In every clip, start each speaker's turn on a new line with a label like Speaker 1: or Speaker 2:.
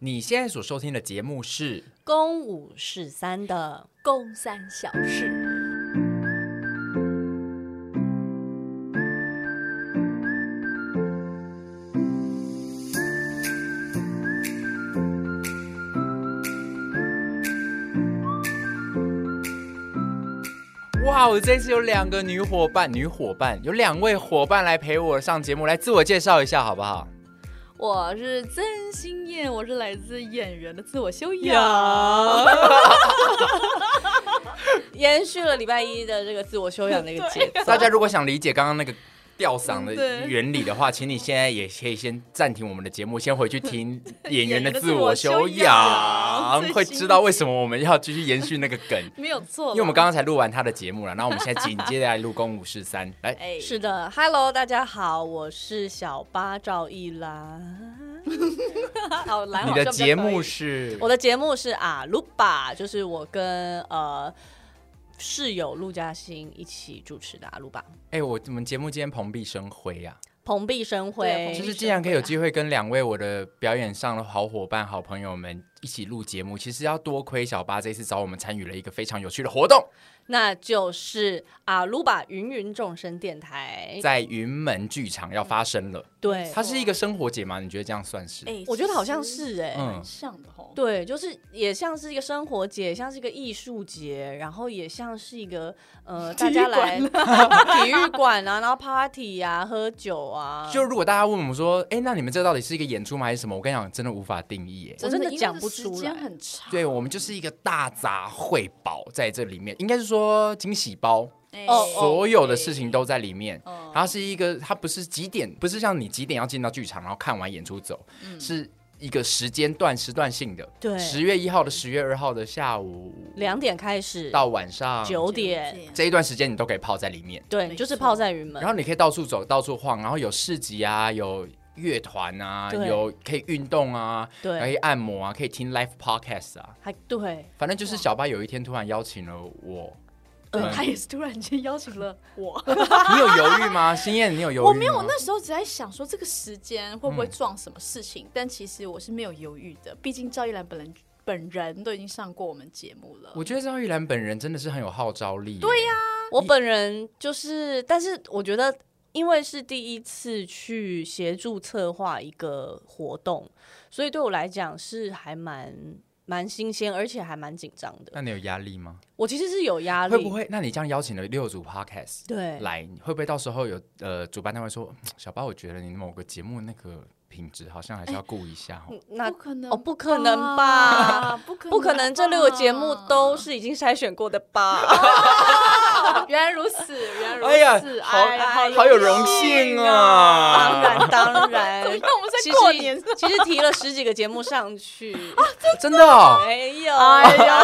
Speaker 1: 你现在所收听的节目是
Speaker 2: 公五十三的公三小事。
Speaker 1: 哇，我这次有两个女伙伴，女伙伴有两位伙伴来陪我上节目，来自我介绍一下好不好？
Speaker 2: 我是曾心燕，我是来自演员的自我修养，
Speaker 1: 呀，
Speaker 2: 延续了礼拜一的这个自我修养的一 个节奏。
Speaker 1: 大家如果想理解刚刚那个吊嗓的
Speaker 2: 对
Speaker 1: 原理的话，请你现在也可以先暂停我们的节目，先回去 听演员的
Speaker 2: 演员的
Speaker 1: 自
Speaker 2: 自
Speaker 1: 我
Speaker 2: 我
Speaker 1: 修
Speaker 2: 修
Speaker 1: 养
Speaker 2: 养，最
Speaker 1: 会
Speaker 2: 新
Speaker 1: 知
Speaker 2: 一
Speaker 1: 道为
Speaker 2: 集
Speaker 1: 什么我们要继续延续那个 梗。
Speaker 2: 没有错啦，
Speaker 1: 因为我们刚刚才录完他的节目了，然后我们现在紧接着来录《公五十三》，来，
Speaker 2: 哎是的，Hello，大家好，我是小八赵一 兰。好，兰
Speaker 1: 你
Speaker 2: 好
Speaker 1: 的
Speaker 2: 像比较
Speaker 1: 节
Speaker 2: 可
Speaker 1: 目
Speaker 2: 以
Speaker 1: 是
Speaker 2: 我的节目是啊鲁巴，就是我跟呃室友陆嘉欣一起主持的啊鲁巴，
Speaker 1: 哎、我我们节目今天蓬荜生辉啊呀、
Speaker 2: 蓬荜生
Speaker 3: 对蓬荜
Speaker 2: 辉
Speaker 1: 就
Speaker 3: 生
Speaker 1: 是
Speaker 3: 辉。
Speaker 1: 竟然可以有机会跟两位我的表演上的好伙伴、好朋友们一起录节目，其实要多亏小八这次找我们参与了一个非常有趣的活动，
Speaker 2: 那就是啊鲁巴芸芸众生电台，
Speaker 1: 在云门剧场要发生了。
Speaker 2: 对，
Speaker 1: 它是一个生活节吗？你觉得这样算是？
Speaker 3: 哎
Speaker 2: 我觉得好像
Speaker 3: 其实
Speaker 2: 是哎、
Speaker 1: 嗯
Speaker 3: 蛮像的哦。
Speaker 2: 对，就是也像是一个生活节，像是一个艺术节，然后也像是一个 呃，大家来 体育馆啊，然后 party 啊，喝酒啊，
Speaker 1: 就如果大家问我们说，哎、那你们这到底是一个演出吗，还是什么？我跟你讲，真的无法定义耶。
Speaker 2: 我真的
Speaker 3: 因为
Speaker 2: 讲
Speaker 3: 那
Speaker 2: 不
Speaker 3: 时
Speaker 2: 出
Speaker 3: 间
Speaker 2: 来
Speaker 3: 很长。
Speaker 1: 对，我们就是一个大杂烩包在这里面，应该是说惊喜包，
Speaker 3: 哎
Speaker 2: 哦嗯
Speaker 1: 所有的事情都在里面。
Speaker 3: 哦
Speaker 1: 它是一个，它不是几点，不是像你几点要进到剧场，然后看完演出走，是一个时间段时段性的。
Speaker 2: 嗯对
Speaker 1: 十月一号的、十月二号的下午
Speaker 2: 两点开始
Speaker 1: 到晚上
Speaker 2: 九点，
Speaker 1: 这一段时间，你都可以泡在里面。
Speaker 2: 对，
Speaker 3: 没
Speaker 2: 就是
Speaker 3: 错
Speaker 2: 泡在云门
Speaker 1: 然，后你可以到处走，到处晃，然后有市集啊，有乐团啊，
Speaker 2: 对
Speaker 1: 有可以运动啊，可
Speaker 2: 对，
Speaker 1: 以按摩啊，可以听 live podcast 啊。
Speaker 2: 还对，
Speaker 1: 反正就是小巴有一天突然邀请了我，
Speaker 3: 呃
Speaker 1: 嗯，
Speaker 3: 他也是突然间邀请了我。
Speaker 1: 你有犹豫吗？心燕，你有犹豫吗？
Speaker 3: 我没有， 那时候只在想说这个时间会不
Speaker 2: 嗯
Speaker 3: 会撞什么事情，但其实我是没有犹豫的，毕竟赵一兰本人本人都已经上过我们节目了。
Speaker 1: 我觉得赵玉兰本人真的是很有号召力。对呀、
Speaker 2: 我
Speaker 1: 你
Speaker 2: 本人就是，但是我觉得，因为是第一次去协助策划一个活动，所以对我来讲是还蛮蛮新鲜，而且还蛮紧张的。
Speaker 1: 那你有压力吗？
Speaker 2: 我其实是有压力，
Speaker 1: 会不会？那你这样邀请了六组 podcast
Speaker 2: 对
Speaker 1: 来，你会不会到时候有呃主办单位说，小巴，我觉得你某个节目那个品质好像还是要顾一下哦。
Speaker 2: 那
Speaker 3: 不可能
Speaker 2: 哦不可能吧？
Speaker 3: 不可能吧，
Speaker 2: 不可能，这六个节目都是已经筛选过的吧？
Speaker 3: 啊原来如此，原来如此，
Speaker 1: 哎呀，好
Speaker 3: 哎呀
Speaker 1: 好有荣幸
Speaker 2: 当
Speaker 1: 啊！
Speaker 2: 然， 当然。
Speaker 3: 那我们
Speaker 2: 其
Speaker 3: 在过年
Speaker 2: 实，其实提了十几个节目上 去，
Speaker 1: 真的哦，
Speaker 2: 没有。
Speaker 3: 哎 呀，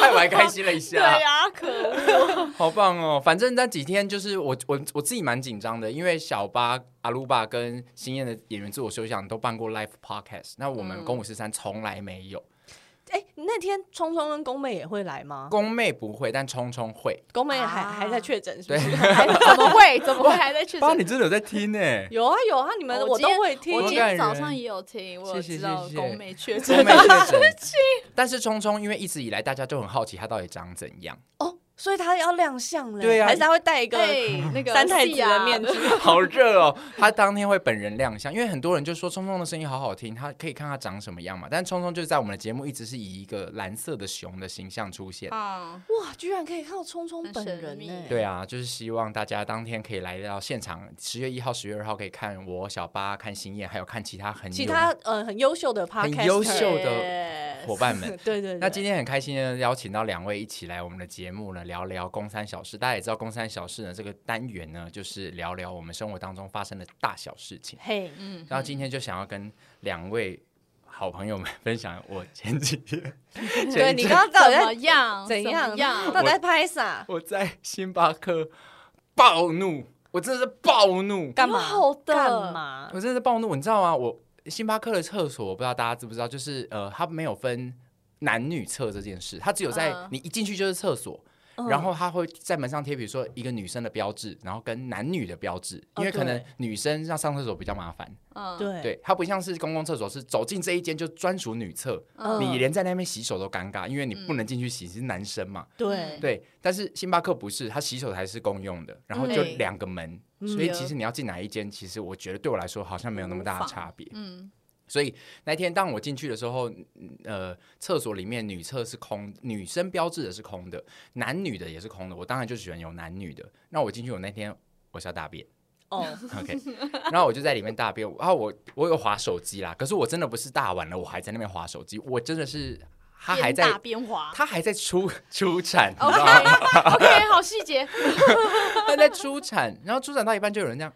Speaker 1: 害我还哦开心了一
Speaker 3: 对
Speaker 1: 下，
Speaker 3: 呀，可恶，
Speaker 1: 好棒哦！反正那几天就是我我我自己蛮紧张的，因为小巴、阿鲁巴跟新燕的演员自我修养都办过 live podcast，那我们公五十三从来没有。
Speaker 2: 哎，那天聪聪跟宫妹也会来
Speaker 3: 嗯
Speaker 2: 吗？
Speaker 1: 宫妹不会，但聪聪会。
Speaker 2: 宫妹还
Speaker 3: 啊
Speaker 2: 还在确诊，是不是？
Speaker 3: 还哎怎么会？怎么会还在去？
Speaker 1: 爸，你真的有在听欸呢、
Speaker 2: 有啊有啊，你们
Speaker 3: 哦
Speaker 2: 我
Speaker 3: 今
Speaker 2: 都
Speaker 3: 天
Speaker 2: 会听
Speaker 3: 我。
Speaker 1: 我
Speaker 3: 今
Speaker 1: 感
Speaker 3: 天
Speaker 1: 人
Speaker 3: 早上也有听，我有
Speaker 1: 谢谢
Speaker 3: 知道
Speaker 1: 谢谢
Speaker 3: 宫妹确
Speaker 1: 宫
Speaker 3: 诊
Speaker 1: 妹。 确诊，但是聪聪因为一直以来大家都很好奇他到底长怎样，
Speaker 2: 哦，所以他要亮相了，
Speaker 1: 对啊
Speaker 2: 还是他会戴一个
Speaker 3: 对，哎那个啊
Speaker 2: 三太子的面具
Speaker 3: 具，
Speaker 1: 好热哦！他当天会本人亮相，因为很多人就说聪聪的声音好好听，他可以看他长什么样嘛。但聪聪就是在我们的节目一直是以一个蓝色的熊的形象出 现。
Speaker 3: 啊，
Speaker 2: 哇，居然可以看到聪聪
Speaker 3: 很
Speaker 2: 本
Speaker 3: 神
Speaker 2: 人
Speaker 3: 秘
Speaker 2: 呢。
Speaker 1: 对啊，就是希望大家当天可以来到现场，十月一号、十月二号可以看我小八、看星燕，还有看其他很有
Speaker 2: 其他呃很优秀的 podcast，
Speaker 1: 很优秀的
Speaker 3: 对
Speaker 1: 伙伴们。
Speaker 2: 对对对。
Speaker 1: 那今天很开心呢，邀请到两位一起来我们的节目呢，聊聊公三小事。大家也知道，公三小事呢这个单元呢，就是聊聊我们生活当中发生的大小事情。
Speaker 2: 嘿，
Speaker 3: 嗯，
Speaker 1: 然后今天就想要跟两位好朋友们 分享我前几 天，
Speaker 2: 对
Speaker 1: 前一
Speaker 2: 你
Speaker 1: 阵
Speaker 2: 刚刚到
Speaker 3: 怎
Speaker 2: 底
Speaker 3: 么
Speaker 2: 在
Speaker 3: 样？
Speaker 2: 怎
Speaker 3: 样？
Speaker 2: 样？
Speaker 3: 样？
Speaker 2: 到底在拍啥？
Speaker 1: 我在星巴克暴怒，我真的是暴怒，
Speaker 2: 干嘛？
Speaker 3: 好的
Speaker 2: 干嘛？
Speaker 1: 我真的是暴怒，你知道吗？我星巴克的厕所，我不知道大家知不知道，就是呃，它没有分男女厕这件事，它只有在、
Speaker 2: 啊
Speaker 3: 嗯
Speaker 1: 你一进去就是厕所。
Speaker 2: 嗯
Speaker 1: 然后它会在门上贴，比如说一个女生的标志，然后跟男女的标志，因为可能
Speaker 2: 哦对
Speaker 1: 女生要上厕所比较麻烦，
Speaker 3: 嗯，
Speaker 2: 对，
Speaker 1: 对，它不像是公共厕所，是走进这一间就专属女厕，
Speaker 2: 嗯
Speaker 1: 你连在那边洗手都尴尬，因为你不能进去洗，你是男生嘛，
Speaker 2: 对
Speaker 1: 对。但是星巴克不是，它洗手台是公用的，然后就
Speaker 3: 嗯
Speaker 1: 两个门，所以其实你要进哪一间，其实我觉得对我来说好像没有那么大的差别。
Speaker 3: 嗯，
Speaker 1: 所以那天当我进去的时候，嗯呃，厕所里面女厕是空，女生标志的是空的，男女的也是空的。我当然就喜欢有男女的。那我进去，我那天我是要大便
Speaker 2: 哦，
Speaker 1: ，OK，然后我就在里面大便。啊，我我有划手机啦，可是我真的不是大碗了，我还在那边划手机，我真的是他还
Speaker 3: 边
Speaker 1: 在
Speaker 3: 打边滑。
Speaker 1: 他还在出出产，你知
Speaker 3: OK
Speaker 1: 道吗？
Speaker 3: OK，好细节。
Speaker 1: 他在出产，然后出产到一半就有人这样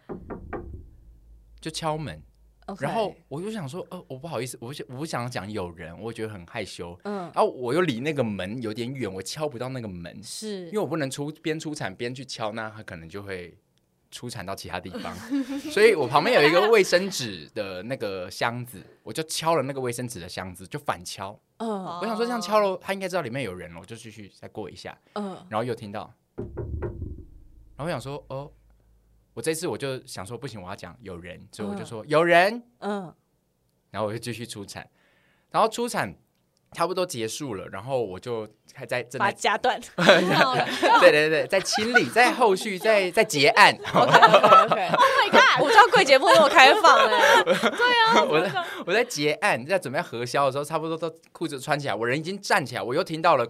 Speaker 1: 就敲门，
Speaker 2: OK
Speaker 1: 然后我就想说，呃，我不好意思，我不想我不想讲有人，我觉得很害羞，
Speaker 2: 嗯
Speaker 1: 然后我又离那个门有点远，我敲不到那个门，
Speaker 2: 是
Speaker 1: 因为我不能出边出产边去敲，那他可能就会。出产到其他地 方，所以我旁边有一个卫生纸的那个箱子，我就敲了那个卫生纸的箱子，就反敲。
Speaker 2: 嗯
Speaker 1: 我想说这样敲
Speaker 3: 哦
Speaker 1: 了，他应该知道里面有人了，我就继续再过一下。
Speaker 2: 嗯
Speaker 1: 然后又听到，然后我想说，哦，我这次我就想说不行，我要讲有人，所以我就说、有人，
Speaker 2: 嗯
Speaker 1: 然后我就继续出产，然后出产差不多结束了，然后我就还在正
Speaker 2: 把它
Speaker 1: 在
Speaker 2: 夹断
Speaker 3: 好
Speaker 1: 对对对，在清理，在后续，在在结案，
Speaker 2: OK OK OK
Speaker 3: ，Oh my god！
Speaker 2: 我知道柜姐不那么开放哎，
Speaker 1: 我在我在结案，在准备要核销的时候，差不多都裤子穿起来，我人已经站起来，我又听到了。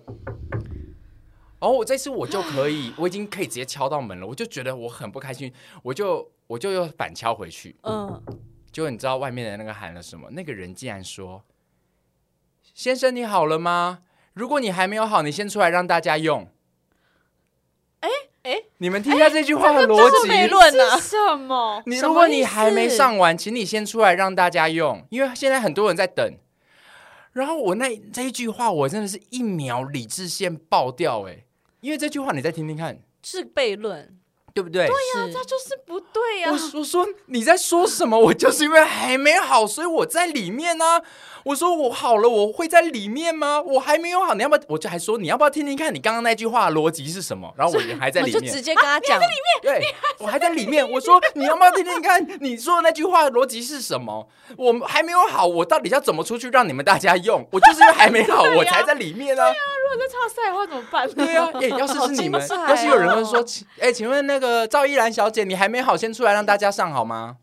Speaker 1: 然后我这次我就可以，我已经可以直接敲到门了，我就觉得我很不开心，我就我就又反敲回去。
Speaker 2: 嗯，
Speaker 1: 结果你知道外面的那个喊了什么？那个人竟然说：“先生，你好了吗？如果你还没有好，你先出来让大家用。”哎
Speaker 2: 哎，
Speaker 1: 你们听一下这句话的逻
Speaker 2: 这是
Speaker 1: 辑。
Speaker 2: 悖论啊，
Speaker 3: 什么？
Speaker 1: 你
Speaker 2: 什
Speaker 1: 如
Speaker 2: 么
Speaker 1: 果你
Speaker 2: 意
Speaker 1: 还没
Speaker 2: 思
Speaker 1: 上完，请你先出来让大家用，因为现在很多人在等。然后我那这一句话，我真的是一秒理智线爆掉哎、因为这句话你再听听看，
Speaker 2: 是悖论，
Speaker 1: 对不对？
Speaker 2: 是
Speaker 3: 那就是不对呀
Speaker 1: 我。我说你在说什么？我就是因为还没好，所以我在里面呢、我说我好了，我会在里面吗？我还没有好，你要不要？我就还说你要不要听听看你刚刚那句话的逻辑是什么？然后我人还在
Speaker 2: 我
Speaker 1: 里
Speaker 2: 就
Speaker 1: 面，
Speaker 2: 直接跟他讲，
Speaker 1: 对，我还在里面。我说你要不要听听看你说的那句话的逻辑是什么？我们还没有好，我到底要怎么出去让你们大家用？我就是因为还没好，我才在里面呢、啊。
Speaker 3: 如果在插赛的话怎么办？
Speaker 1: 对啊，哎、要是是你们，
Speaker 2: 好精彩哦
Speaker 1: 要是有人会说，请哎、请问那个赵依兰小姐，你还没好，先出来让大家上好吗？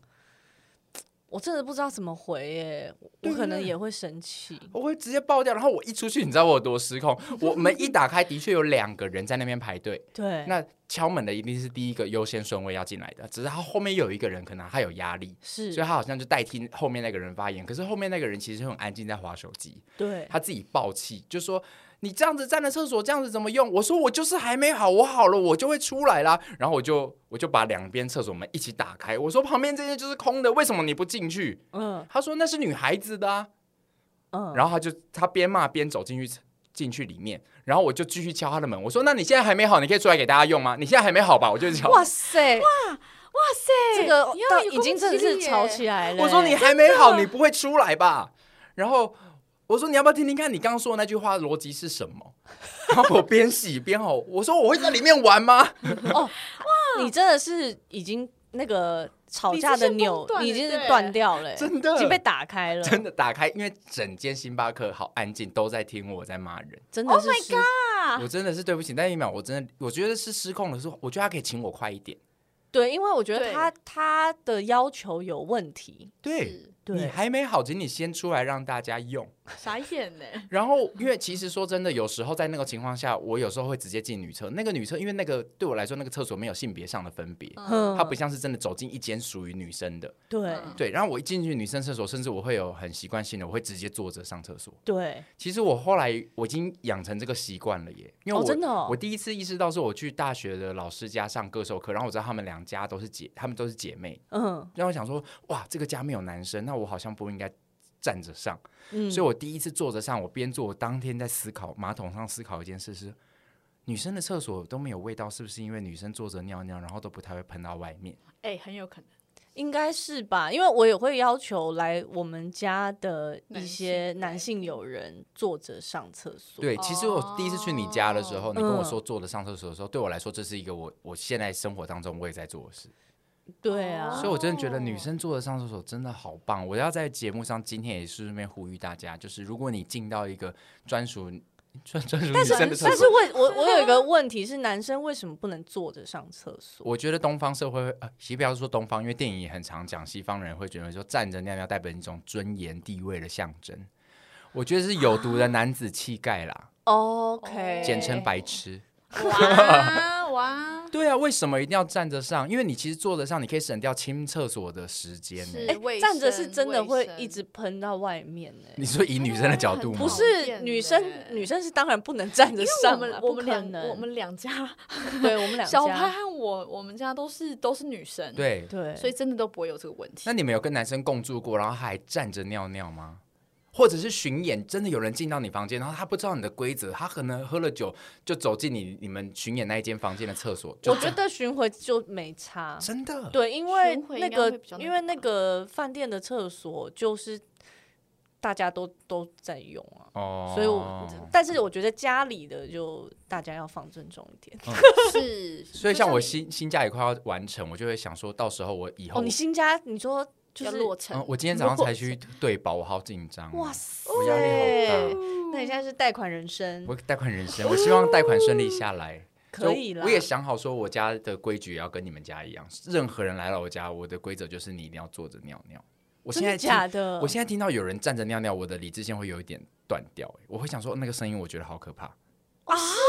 Speaker 2: 我真的不知道怎么回耶，
Speaker 1: 啊
Speaker 2: 我可能也会生气。
Speaker 1: 我会直接爆掉。然后我一出去，你知道我有多失控？我门一打开，的确有两个人在那边排队。
Speaker 2: 对，
Speaker 1: 那敲门的一定是第一个优先顺位要进来的，只是他后面有一个人，可能他有压力，
Speaker 2: 是
Speaker 1: 所以他好像就代替后面那个人发言。可是后面那个人其实很安静，在划手机，
Speaker 2: 对，
Speaker 1: 他自己爆气，就说。你这样子站在厕所，这样子怎么用？我说我就是还没好，我好了我就会出来啦。然后我就我就把两边厕所门一起打开，我说旁边这些就是空的，为什么你不进去？
Speaker 2: 嗯
Speaker 1: 他说那是女孩子的啊。
Speaker 2: 嗯，
Speaker 1: 然后他就他边骂边走进去进去里面，然后我就继续敲他的门，我说：“那你现在还没好，你可以出来给大家用吗？你现在还没好吧？”我就敲，
Speaker 2: 哇塞，
Speaker 3: 哇塞
Speaker 2: 这个
Speaker 3: 你要
Speaker 2: 到
Speaker 3: 有
Speaker 2: 已经真的
Speaker 3: 攻击
Speaker 2: 是
Speaker 3: 力耶
Speaker 2: 吵起来了。
Speaker 1: 我说：“你还没好，你不会出来吧？”然后我说：“你要不要听听看你刚刚说的那句话的逻辑是什么？” 然后我边洗边吼，我说：“我会在里面玩吗
Speaker 2: 你真的是已经那个吵
Speaker 3: 理
Speaker 2: 架
Speaker 3: 智
Speaker 2: 的
Speaker 3: 线
Speaker 2: 钮
Speaker 3: 崩断了
Speaker 2: 你已经
Speaker 3: 对
Speaker 2: 是断掉了耶，
Speaker 1: 真的
Speaker 2: 已经被打开？”了，
Speaker 1: 真的打开，因为整间星巴克好安静，都在听我在骂人。
Speaker 2: 真的是失
Speaker 1: 我真的是对不起，那一秒我真的我觉得是失控了，是我觉得他可以请我快一点。
Speaker 2: 对，因为我觉得
Speaker 3: 对
Speaker 2: 他他的要求有问题，
Speaker 1: 对，
Speaker 3: 是
Speaker 2: 对
Speaker 1: 你还没好，请你先出来让大家用。
Speaker 3: 傻眼呢、
Speaker 1: 然后，因为其实说真的，有时候在那个情况下，我有时候会直接进女厕。那个女厕，因为那个对我来说，那个厕所没有性别上的分别，
Speaker 2: 嗯
Speaker 1: 它不像是真的走进一间属于女生的。
Speaker 2: 对
Speaker 3: 嗯
Speaker 1: 对，然后我一进去女生厕所，甚至我会有很习惯性的，我会直接坐着上厕所。
Speaker 2: 对，
Speaker 1: 其实我后来我已经养成这个习惯了耶，因为
Speaker 2: 哦
Speaker 1: 我、
Speaker 2: 真的哦
Speaker 1: 我第一次意识到是我去大学的老师家上各授课，然后我知道他们两家都是姐，他们都是姐妹，
Speaker 2: 嗯
Speaker 1: 然后我想说，哇，这个家没有男生，那我好像不应该站着上，
Speaker 2: 嗯，
Speaker 1: 所以我第一次坐着上，我边坐，我当天在思考马桶上思考一件事是，女生的厕所都没有味道，是不是因为女生坐着尿尿，然后都不太会喷到外面？
Speaker 3: 哎、很有可能。
Speaker 2: 应该是吧，因为我也会要求来我们家的一
Speaker 3: 男
Speaker 2: 些
Speaker 3: 性
Speaker 2: 男性友人坐着上厕所。
Speaker 1: 对，其实我第一次去你家的时候，
Speaker 3: 哦
Speaker 1: 你跟我
Speaker 2: 嗯
Speaker 1: 说坐着上厕所的时候，对我来说，这是一个我我现在生活当中我也在做的事。
Speaker 2: 对啊，
Speaker 1: 所以，我真的觉得女
Speaker 3: 哦
Speaker 1: 生坐着上厕所真的好棒。我要在节目上今天也是顺便呼吁大家，就是如果你进到一个专属专专属女生的厕
Speaker 2: 但是
Speaker 1: 所，
Speaker 2: 为我我有一 个问题是，男生为什么不能坐着上厕所？
Speaker 3: 哦
Speaker 1: 我觉得东方社会会呃，其实不要说东方，因为电影也很常讲，西方人会觉得说站着尿尿代表一种尊严地位的象征。我觉得是有毒的男子气概啦，
Speaker 2: 哦 OK，
Speaker 1: 简称白痴。
Speaker 3: 哇 哇，
Speaker 1: 对啊，为什么一定要站着上？因为你其实坐着上，你可以省掉清厕所的时间、
Speaker 3: 是
Speaker 1: 欸。
Speaker 2: 哎
Speaker 3: 卫
Speaker 2: 站着是
Speaker 3: 生
Speaker 2: 真的
Speaker 3: 卫
Speaker 2: 会
Speaker 3: 生
Speaker 2: 一直喷到外面哎、
Speaker 1: 你说以女生的角度吗？
Speaker 2: 不
Speaker 3: 讨
Speaker 2: 是
Speaker 3: 厌
Speaker 2: 女生
Speaker 3: 欸，
Speaker 2: 女生是当然不能站着
Speaker 3: 我
Speaker 2: 上
Speaker 3: 们
Speaker 2: 啦
Speaker 3: 我
Speaker 2: 不
Speaker 3: 们
Speaker 2: 可
Speaker 3: 两
Speaker 2: 能。
Speaker 3: 我们两家，
Speaker 2: 对我们两
Speaker 3: 小潘
Speaker 2: 家，
Speaker 3: 和我，我们家都是都是女生，，
Speaker 1: 对。
Speaker 2: 对，
Speaker 3: 所以真的都不会有这个问题
Speaker 1: 那。你们有跟男生共住过，然后还站着尿尿吗？或者是巡演，真的有人进到你房间，然后他不知道你的规则，他可能喝了酒就走进你你们巡演那一间房间的厕所。就
Speaker 2: 我觉得巡回就没差。
Speaker 1: 真的，
Speaker 2: 对，因为
Speaker 3: 巡回
Speaker 2: 那
Speaker 3: 应该
Speaker 2: 个
Speaker 3: 会比较，那
Speaker 2: 因为
Speaker 3: 个
Speaker 2: 那
Speaker 3: 吧
Speaker 2: 个饭店的厕所就是大家都都在用啊，
Speaker 1: 哦
Speaker 2: 所以我，但是我觉得家里的就大家要放尊重一点。
Speaker 3: 是，
Speaker 1: 所以像
Speaker 3: 就
Speaker 1: 我
Speaker 3: 你
Speaker 1: 新新家也快要完成，我就会想说到时候我以后，
Speaker 2: 哦，你新家你说就
Speaker 3: 要
Speaker 2: 是
Speaker 3: 落成
Speaker 1: 嗯，，我今天早上才去对保，我好紧张、
Speaker 2: 哇
Speaker 1: 哇，
Speaker 2: 塞，
Speaker 1: 我压力好大。
Speaker 2: 那你现在是贷款人生，
Speaker 1: 我贷款人生，我希望贷款顺利下来。
Speaker 2: 可以
Speaker 1: 就
Speaker 2: 啦。
Speaker 1: 我也想好说，我家的规矩也要跟你们家一样，任何人来到我家，我的规则就是你一定要坐着尿尿。我现
Speaker 2: 真
Speaker 1: 在
Speaker 2: 的
Speaker 1: 听
Speaker 2: 假的？
Speaker 1: 我现在听到有人站着尿尿，我的理智线会有一点断掉、欸我会想说那个声音，我觉得好可怕，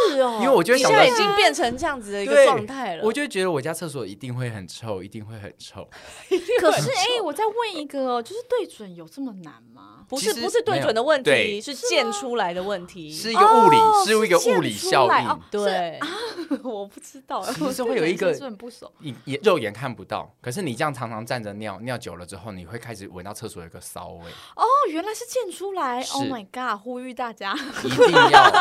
Speaker 2: 是哦，
Speaker 1: 因为我就会
Speaker 2: 你
Speaker 1: 想
Speaker 2: 现在
Speaker 1: 到
Speaker 2: 已经
Speaker 3: 啊
Speaker 2: 变成这样子的一个
Speaker 1: 对
Speaker 2: 状态了。
Speaker 1: 我就会觉得我家厕所一定会很臭，一定会很臭。
Speaker 3: 可 是哎、我再问一个哦，就是对准有这么难吗？
Speaker 2: 不
Speaker 1: 其
Speaker 2: 是
Speaker 1: 实
Speaker 2: 不是对准的问
Speaker 1: 没有对
Speaker 2: 题，是溅出来的问题。
Speaker 1: 是一个物理，
Speaker 3: 哦
Speaker 1: 是一个物理
Speaker 3: 是溅出
Speaker 1: 效
Speaker 3: 来
Speaker 1: 应，
Speaker 3: 哦
Speaker 2: 对，
Speaker 3: 我不知道，
Speaker 1: 其实
Speaker 3: 我
Speaker 1: 会
Speaker 3: 对
Speaker 1: 有一
Speaker 3: 人生
Speaker 1: 个
Speaker 3: 是很不熟。
Speaker 1: 你也肉眼看不到，可是你这样常常站着尿尿久了之后，你会开始闻到厕所有一个骚味，
Speaker 3: 哦，原来是溅出来
Speaker 1: 是
Speaker 3: ，Oh my god！呼吁大家，
Speaker 1: 一定要，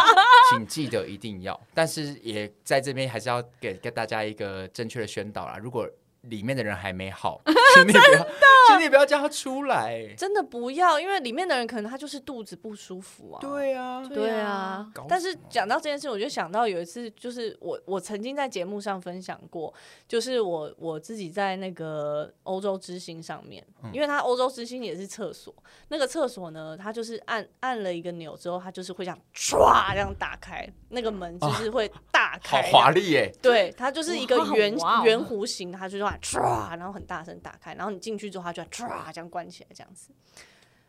Speaker 1: 请记得一定要。但是也在这边还是要给给大家一个正确的宣导啦，如果里面的人还没好， 请你不要，请你不要叫他出来。
Speaker 2: 真的不要，因为里面的人可能他就是肚子不舒服啊。
Speaker 1: 对啊，
Speaker 2: 对啊
Speaker 1: 搞，
Speaker 2: 但
Speaker 1: 什
Speaker 2: 是
Speaker 1: 么
Speaker 2: 讲到这件事，我就想到有一次，就是我我曾经在节目上分享过，就是我我自己在那个欧洲之星上面，
Speaker 1: 嗯
Speaker 2: 因为它欧洲之星也是厕所，那个厕所呢，它就是按按了一个钮之后，它就是会这样唰这样打开，那个门就是会大
Speaker 1: 啊好
Speaker 2: 开，
Speaker 1: 华丽耶！
Speaker 2: 对，它就是一个
Speaker 3: 哇
Speaker 2: 圆
Speaker 3: 哇哦
Speaker 2: 圆弧形，它就是唰，然后很大声打开，然后你进去之后，它就唰这样关起来，这样子。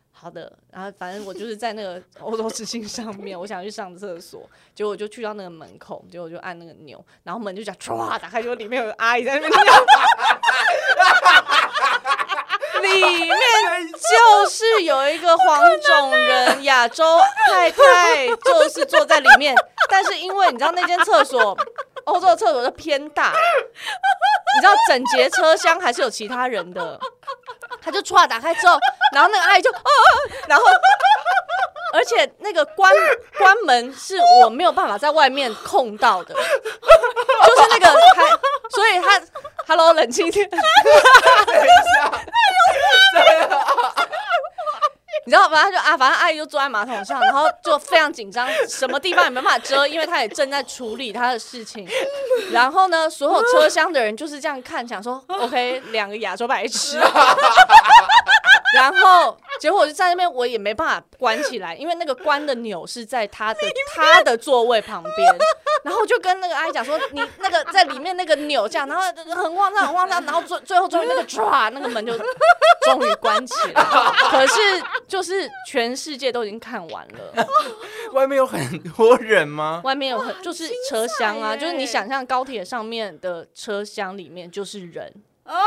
Speaker 2: 好的，然后反正我就是在那个 欧洲之星上面，我想去上厕所，结果我就去到那个门口，结果我就按那个钮，然后门就这样唰打开，结果里面有个阿姨在那边尿， 里面 就是有一个黄种人亚洲太太，就是坐在里面，但是因为你知道那间厕所，欧洲的厕所都偏大，你知道整节车厢还是有其他人的，他就歘打开之后，然后那个阿姨就哦，哦然后。而且那个关关门是我没有办法在外面控到的，就是那个他，所以他，Hello，冷静一点，你知道吧？他就啊，反正阿姨就坐在马桶上，然后就非常紧张，什么地方也没办法遮，因为她也正在处理她的事情。然后呢，所有车厢的人就是这样看，想说 OK，两个亚洲白痴。啊 然后结果我就在那边，我也没办法关起来，因为那个关的钮是在他的他的座位旁边。然后我就跟那个阿姨讲说，你那个在里面那个钮这样，然后很慌张很慌张，然后最最后终于那个唰，那个门就终于关起来。可是就是全世界都已经看完了，
Speaker 1: 外面有很多人吗？
Speaker 2: 外面有很就是车厢啊，
Speaker 3: 耶
Speaker 2: 就是你想象高铁上面的车厢里面就是人，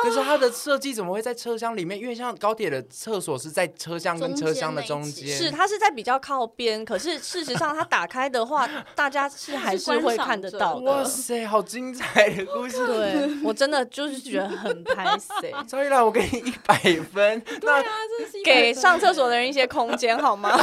Speaker 1: 可是它的设计怎么会在车厢里面？因为像高铁的厕所是在车厢跟车厢的中
Speaker 3: 中
Speaker 1: 间，
Speaker 2: 是，它是在比较靠边，可是事实上它打开的话，大家是还是会看得到
Speaker 3: 是观赏者
Speaker 1: 哇
Speaker 2: 的。
Speaker 1: 塞，好精彩的故事。
Speaker 2: 对我真的就是觉得很拍谁
Speaker 1: 赵一兰，我给你一百分。那
Speaker 3: 啊
Speaker 2: 给上厕所的人一些空间好吗？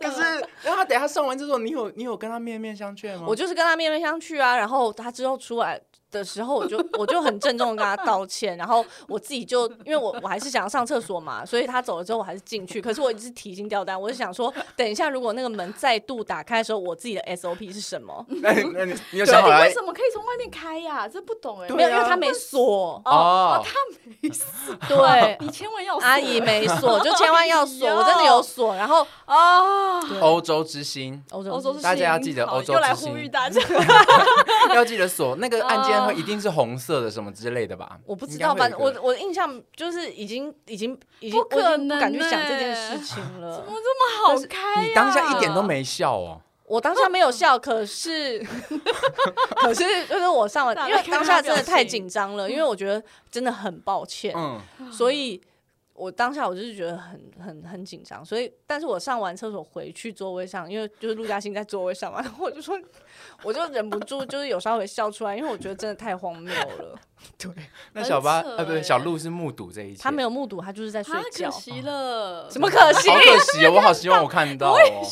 Speaker 1: 可是，那他等一下上完厕所，你有你有跟他面面相觑
Speaker 3: 嗯
Speaker 1: 吗？
Speaker 2: 我就是跟他面面相觑啊，然后他之后出来的时候，我 就我就很郑重的跟他道歉，然后我自己就因为我我还是想要上厕所嘛，所以他走了之后我还是进去，可是我一直提心吊胆，我是想说，等一下如果那个门再度打开的时候，我自己的 SOP 是什么？
Speaker 1: 那你那你你有
Speaker 3: 到
Speaker 1: 想好
Speaker 3: 底
Speaker 1: 来
Speaker 3: 为什么可以从外面开呀？这不懂哎，
Speaker 2: 没有，因为他没 锁，
Speaker 1: 哦？
Speaker 2: 对，
Speaker 3: 你千万要
Speaker 2: 阿姨没锁，就千万要 锁，我真的有锁。然后哦
Speaker 3: 啊！
Speaker 1: 欧洲之星
Speaker 2: 欧
Speaker 3: 欧洲之星
Speaker 1: 大家要记得
Speaker 3: 好
Speaker 1: 欧洲
Speaker 3: 又来
Speaker 1: 之星
Speaker 3: 呼吁大家，
Speaker 1: 要记得锁那个按键，会一定是红色的什么之类的吧？
Speaker 2: 哦我不知
Speaker 1: 应该
Speaker 2: 道，
Speaker 1: 会有
Speaker 2: 反
Speaker 1: 一个
Speaker 2: 正我我印象就是已经已经已经
Speaker 3: 不可
Speaker 2: 我已经不敢去
Speaker 3: 能
Speaker 2: 想这件
Speaker 3: 欸
Speaker 2: 事情了
Speaker 3: 怎。么这么好哎开呀？
Speaker 1: 你当下一点都没笑哦。
Speaker 2: 我当下没有笑，可 是可是就是我上完，
Speaker 3: 大家
Speaker 2: 因为
Speaker 3: 看
Speaker 2: 当
Speaker 3: 他
Speaker 2: 下
Speaker 3: 的
Speaker 2: 真的
Speaker 3: 表
Speaker 2: 太
Speaker 3: 情
Speaker 2: 紧张了，因为我觉得真的很抱歉，
Speaker 1: 嗯，
Speaker 2: 所以我当下我就是觉得很很很紧张，所以但是我上完厕所回去座位上，因为就是陆嘉欣在座位上嘛， 然后我就说，我就忍不住就是有稍微笑出来，因为我觉得真的太荒谬 了。
Speaker 1: 那小八
Speaker 3: 很扯
Speaker 1: 呃，不对，
Speaker 3: 欸
Speaker 1: 小鹿是目睹这一切，
Speaker 2: 他没有 目睹，他就是在睡
Speaker 3: 啊，
Speaker 2: 觉
Speaker 3: 可，惜了，
Speaker 2: 怎么可惜
Speaker 1: 好？可惜，哦，我好希望我看到哦。嗯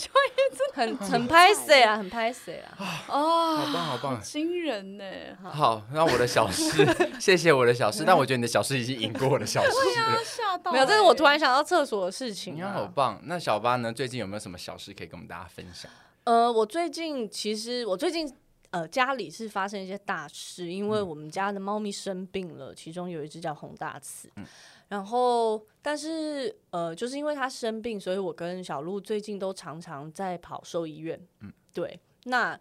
Speaker 2: 很很 拍谁啊，很拍谁啊？
Speaker 3: 啊？
Speaker 1: 好棒，好棒。
Speaker 3: 惊人呢！
Speaker 1: 好，那我的小 事，谢谢我的小
Speaker 2: 嗯
Speaker 1: 事，但我觉得你的小事已经赢过我的小事了。
Speaker 3: 吓到欸！
Speaker 2: 没有，这是我突然想到厕所的事
Speaker 1: 你
Speaker 2: 情
Speaker 1: 好
Speaker 2: 啊。
Speaker 1: 棒！那小八呢？最近有没有什么小事可以跟我们大家分享？
Speaker 2: 呃，我最近其实我最近。呃，家里是发生一些大事，因为我们家的猫咪生病了，其中有一只叫红大刺。然后，但是呃，就是因为它生病，所以我跟小鹿最近都常常在跑兽医院。嗯，对。那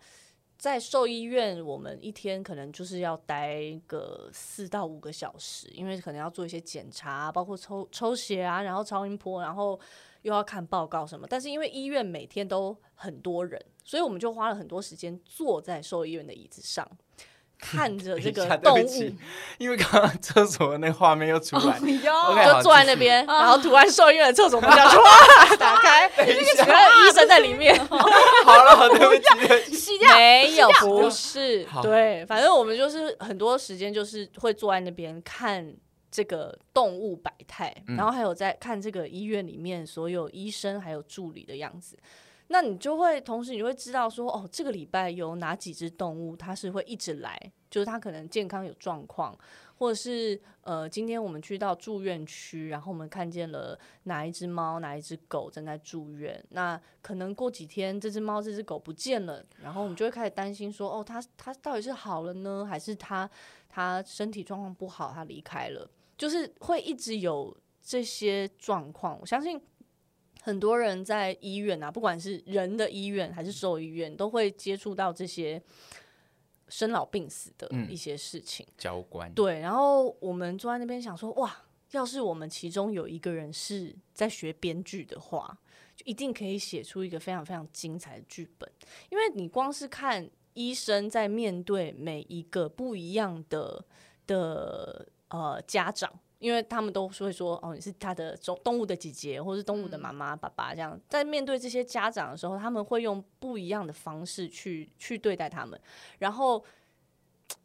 Speaker 2: 在兽医院，我们一天可能就是要待个四到五个小时，因为可能要做一些检查，包括抽抽血啊，然后超音波，然后又要看报告什么。但是因为医院每天都很多人，所以我们就花了很多时间坐在兽医院的椅子上，看着 这
Speaker 1: 等一
Speaker 2: 个
Speaker 1: 下
Speaker 2: 动
Speaker 1: 对不
Speaker 2: 物
Speaker 1: 起。因为刚刚厕所的那个画面又出 来。OK，好
Speaker 2: 就坐在那。边，然后突然兽医院的厕所门要唰啊 打开， 然后医生在里 面，
Speaker 1: 继续好了，好对不起对不起。
Speaker 3: 洗掉，
Speaker 2: 没有，不是
Speaker 1: 好，
Speaker 2: 对，反正我们就是很多时间就是会坐在那边看这个动物百态，
Speaker 1: 嗯
Speaker 2: 然后还有在看这个医院里面所有医生还有助理的样子。那你就会同时你会知道说，哦，这个礼拜有哪几只动物它是会一直来，就是它可能健康有状况，或者是呃，今天我们去到住院区，然后我们看见了哪一只猫、哪一只狗正在住院。那可能过几天这只猫、这只狗不见了，然后我们就会开始担心说，哦，它它到底是好了呢，还是它它身体状况不好，它离开了？就是会一直有这些状况。我相信很多人在医院啊，不管是人的医院还是兽医院，都会接触到这些生老病死的
Speaker 1: 嗯
Speaker 2: 一些事情。
Speaker 1: 交关。
Speaker 2: 对，然后我们坐在那边想说，哇，要是我们其中有一个人是在学编剧的话，就一定可以写出一个非常非常精彩的剧本。因为你光是看医生在面对每一个不一样的的呃家长。因为他们都是会说，哦，你是他的中动物的姐姐，或是动物的妈妈、爸爸这样。在面对这些家长的时候，他们会用不一样的方式去去对待他们。然后，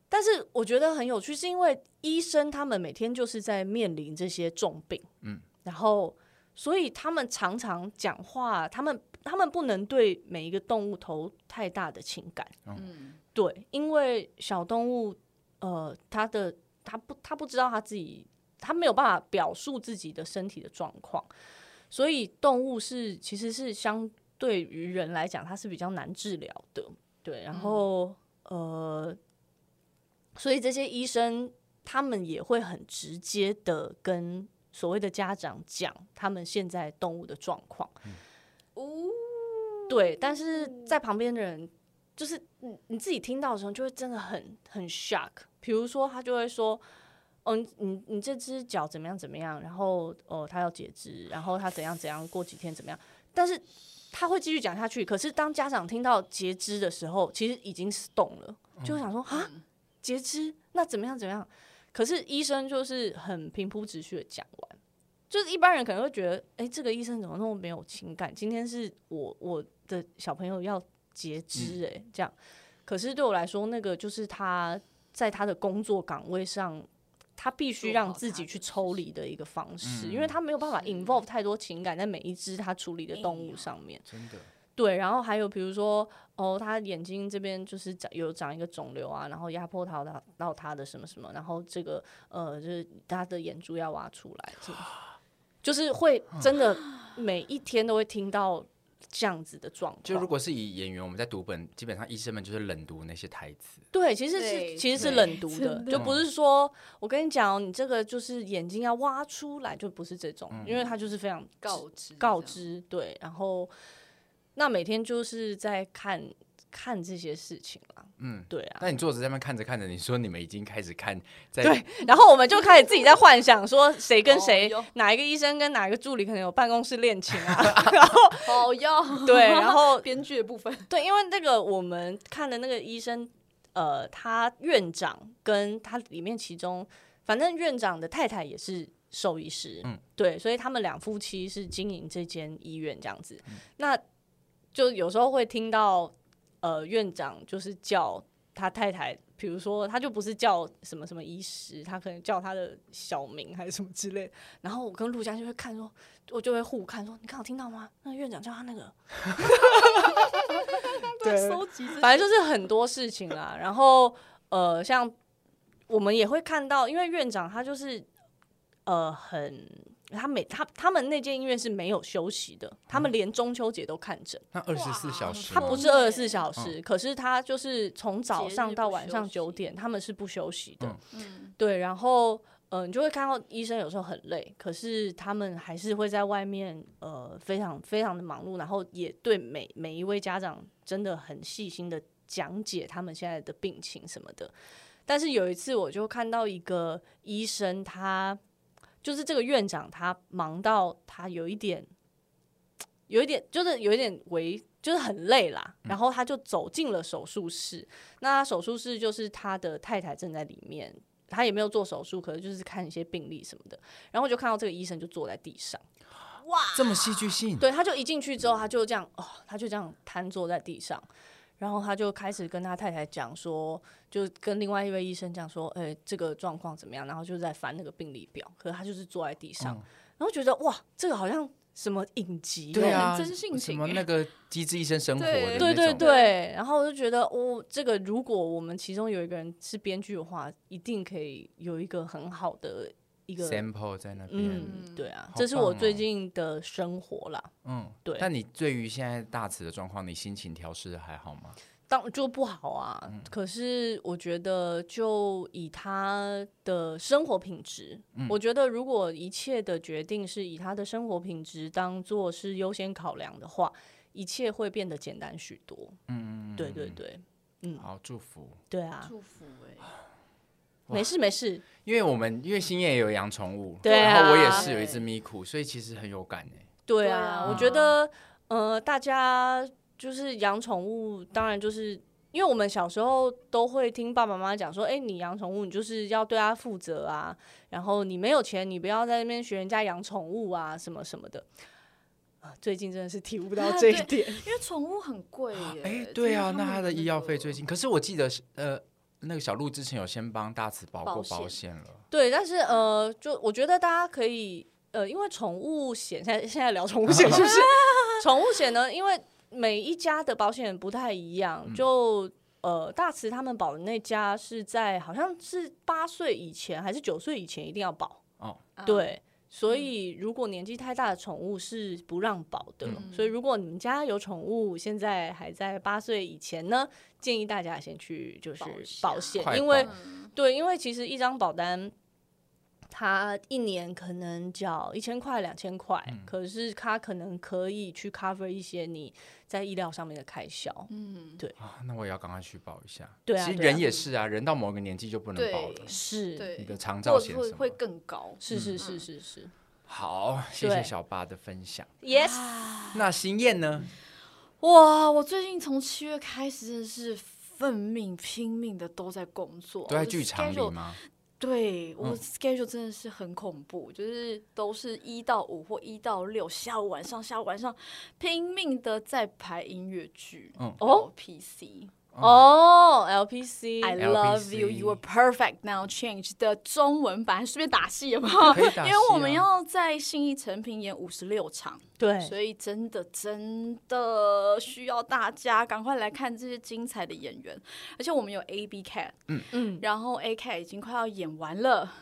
Speaker 2: 但是我觉得很有趣，是因为医生他们每天就是在面临这些重病，
Speaker 1: 嗯，
Speaker 2: 然后所以他们常常讲话，他们他们不能对每一个动物投太大的情感，
Speaker 3: 嗯，
Speaker 2: 对，因为小动物，呃，它的它不它不知道它自己，它没有办法表述自己的身体的状况，所以动物是其实是相对于人来讲，它是比较难治疗的。对，然后、呃，所以这些医生他们也会很直接的跟所谓的家长讲他们现在动物的状况。
Speaker 3: 呜，
Speaker 2: 对，但是在旁边的人，就是你你自己听到的时候，就会真的很很 shock。比如说，他就会说：“哦，你你你这只脚怎么样怎么样？然后哦，它要截肢，然后它怎样怎样，过几天怎么样？”但是他会继续讲下去。可是当家长听到截肢的时候，其实已经是动了，就会想说：“啊，截肢？那怎么样怎么样？”可是医生就是很平铺直叙的讲完。就是一般人可能会觉得，哎、这个医生怎么那么没有情感？今天是我我的小朋友要截肢、哎、这样。可是对我来说，那个就是他在他的工作岗位上，他必须让自己去抽离的一个方
Speaker 1: 嗯
Speaker 2: 式，
Speaker 1: 哎
Speaker 2: 因为他没有办法
Speaker 3: 是
Speaker 2: involve 太多情感在每一只他处理的动
Speaker 3: 硬
Speaker 2: 物
Speaker 3: 要
Speaker 2: 上面。
Speaker 1: 真的，
Speaker 2: 对，然后还有比如说，哦，他眼睛这边就是长有长一个肿瘤啊，然后压迫到他到他的什么什么，然后这个呃，就是他的眼珠要挖出来，这就是会
Speaker 1: 嗯
Speaker 2: 真的每一天都会听到这样子的状况。
Speaker 1: 就如果是以演员，我们在读本，基本上医生们就是冷读那些台词，
Speaker 2: 对，其实是
Speaker 3: 对
Speaker 2: 其实是
Speaker 3: 对
Speaker 2: 冷读的，
Speaker 3: 真的
Speaker 2: 就不是说我跟你讲哦，你这个就是眼睛要挖出来，就不是这种，
Speaker 1: 嗯
Speaker 2: 因为他就是非常
Speaker 3: 告知
Speaker 2: 告，知，对，然后那每天就是在看看这些事情啦，
Speaker 1: 嗯。
Speaker 2: 对啊，
Speaker 1: 那你坐着在那边看着看着，你说你们已经开始看在
Speaker 2: 对，然后我们就开始自己在幻想说谁跟谁
Speaker 3: 哦哟，
Speaker 2: 哪一个医生跟哪一个助理可能有办公室恋情啊，
Speaker 3: 好要
Speaker 2: 对，然后
Speaker 3: 编剧的部分，
Speaker 2: 对，因为那个我们看的那个医生，呃，他院长跟他里面其中，反正院长的太太也是兽医师，
Speaker 1: 嗯
Speaker 2: 对，所以他们两夫妻是经营这间医院这样子。那就有时候会听到，呃，院长就是叫他太太。比如说，他就不是叫什么什么医师，他可能叫他的小名还是什么之类的。然后我跟陆佳就会看说，我就会互看说，你刚好听到吗？那个院长叫他那个， 对
Speaker 3: 收集这些
Speaker 2: 反正就是很多事情啦。然后呃，像我们也会看到，因为院长他就是呃很。他每他他们那间医院是没有休息的，他们连中秋节都看诊，
Speaker 1: 那二十四小时
Speaker 2: 他
Speaker 1: 吗，
Speaker 2: 不是
Speaker 3: 哦
Speaker 2: 二十四小时，可是他就是从早
Speaker 3: 节日
Speaker 2: 上到
Speaker 3: 不
Speaker 2: 晚
Speaker 3: 休
Speaker 2: 上
Speaker 3: 息
Speaker 2: 九点，他们是不休息的。
Speaker 1: 嗯
Speaker 3: 嗯，
Speaker 2: 对，然后嗯、呃你就会看到医生有时候很累，可是他们还是会在外面呃非常非常的忙碌，然后也对每每一位家长真的很细心的讲解他们现在的病情什么的。但是有一次我就看到一个医生他，就是这个院长，他忙到他有一点，有一点就是有一点为。就是很累啦，然后他就走进了手术室。那手术室就是他的太太正在里面，他也没有做手术，可能就是看一些病历什么的。然后我就看到这个医生就坐在 地上，
Speaker 1: 这么戏剧性，
Speaker 2: 对，他就一进去之后，他就这样哦，他就这样瘫坐在地上，然后他就开始跟他太太讲说，就跟另外一位医生讲说，哎、这个状况怎么样？然后就在翻那个病历表，可是他就是坐在地上，
Speaker 1: 嗯
Speaker 2: 然后觉得哇，这个好像什么影集哦，
Speaker 1: 对啊，
Speaker 3: 很真性
Speaker 1: 什
Speaker 3: 情
Speaker 1: 么
Speaker 3: 欸
Speaker 1: 那个《机智医生生活》的
Speaker 3: 对
Speaker 2: 对
Speaker 1: 那
Speaker 2: 对
Speaker 1: 种
Speaker 2: 对，然后我就觉得，哦，这个如果我们其中有一个人是编剧的话，一定可以有一个很好的一个，
Speaker 1: sample 在那边，
Speaker 2: 嗯，对啊
Speaker 1: 好，
Speaker 2: 这是我
Speaker 1: 棒
Speaker 2: 最
Speaker 1: 哦
Speaker 2: 近的生活啦。
Speaker 1: 嗯，
Speaker 2: 对
Speaker 1: 但你对于现在大慈的状况，你心情调试得还好吗？
Speaker 2: 当就不好啊，
Speaker 1: 嗯
Speaker 2: 可是我觉得，就以他的生活品质，
Speaker 1: 嗯
Speaker 2: 我觉得如果一切的决定是以他的生活品质当做是优先考量的话，一切会变得简单许多。
Speaker 1: 嗯，
Speaker 2: 对对对，嗯，
Speaker 1: 好，祝福。
Speaker 2: 对啊，
Speaker 3: 祝福哎，
Speaker 2: 没事没事，
Speaker 1: 因为我们因为星也有养宠物，
Speaker 2: 对啊
Speaker 1: 然后我也是有一只咪咕，所以其实很有感哎。
Speaker 2: 对
Speaker 3: 对
Speaker 2: 啊，
Speaker 3: 啊
Speaker 2: 我觉得呃，大家就是养宠物，当然就是因为我们小时候都会听爸爸妈妈讲说，哎、你养宠物，你就是要对它负责啊，然后你没有钱，你不要在那边学人家养宠物啊，什么什么的。啊最近真的是体悟到 这一点，
Speaker 3: 因为宠物很贵耶，
Speaker 1: 哎，对啊，
Speaker 3: 真
Speaker 1: 那
Speaker 3: 他
Speaker 1: 它的
Speaker 3: 们
Speaker 1: 医药费
Speaker 3: 那个
Speaker 1: 最近，可是我记得是呃，那个小鹿之前有先帮大慈保过
Speaker 3: 保险
Speaker 1: 保险了，
Speaker 2: 对，但是呃，就我觉得大家可以呃，因为宠物险，现在现在聊宠物险是不是？宠物险呢，因为每一家的保险不太一样，就。呃，大慈他们保的那家是在好像是八岁以前还是九岁以前一定要保，
Speaker 3: 啊
Speaker 2: 对，所以如果年纪太大的宠物是不让保的，
Speaker 1: 嗯
Speaker 2: 所以如果你们家有宠物，现在还在八岁以前呢，建议大家先去就是
Speaker 3: 保险
Speaker 2: 保险，
Speaker 1: 快
Speaker 2: 因为
Speaker 1: 保
Speaker 2: 对，因为其实一张保单。他一年可能缴一千块、两千块，可是他可能可以去 cover 一些你在医疗上面的开销。
Speaker 3: 嗯，
Speaker 1: 啊，那我也要赶快去报一下。
Speaker 2: 对啊
Speaker 1: 其实
Speaker 2: 对啊
Speaker 1: 人也是啊，人到某个年纪就不能报了，
Speaker 3: 对
Speaker 2: 是，
Speaker 1: 你
Speaker 3: 对，
Speaker 1: 的长照
Speaker 3: 或
Speaker 1: 险
Speaker 3: 会
Speaker 1: 什么
Speaker 3: 会
Speaker 1: 的
Speaker 3: 更高。
Speaker 2: 是是是是是
Speaker 1: 好，谢谢
Speaker 2: 对
Speaker 1: 小八的分享。
Speaker 2: ，yes，
Speaker 1: 那心燕呢？
Speaker 3: 哇，我最近从七月开始真的是奋命拼命的都在工作，
Speaker 1: 都在
Speaker 3: 我的
Speaker 1: 剧场里
Speaker 3: schedule-
Speaker 1: 吗？
Speaker 3: 对，我
Speaker 1: 嗯
Speaker 3: schedule 真的是很恐怖，就是都是一到五或一到六，下午晚上下午晚上拼命的在排音乐剧。
Speaker 1: 嗯
Speaker 3: 哦，PC。
Speaker 2: 哦，LPC，
Speaker 3: I
Speaker 1: LPC
Speaker 3: love you, you are perfect. Now change 的中文版，顺便打戏有没有？
Speaker 1: 可以打
Speaker 3: 因
Speaker 1: 戏
Speaker 3: 为我
Speaker 1: 啊
Speaker 3: 们要在信义成品演五十六场，所
Speaker 2: 对，
Speaker 3: 以真的真的需要大家赶快来看这些精彩的演员。而且我们有 A B Cat，
Speaker 2: 嗯，
Speaker 3: 然后 A Cat 已经快要演完了，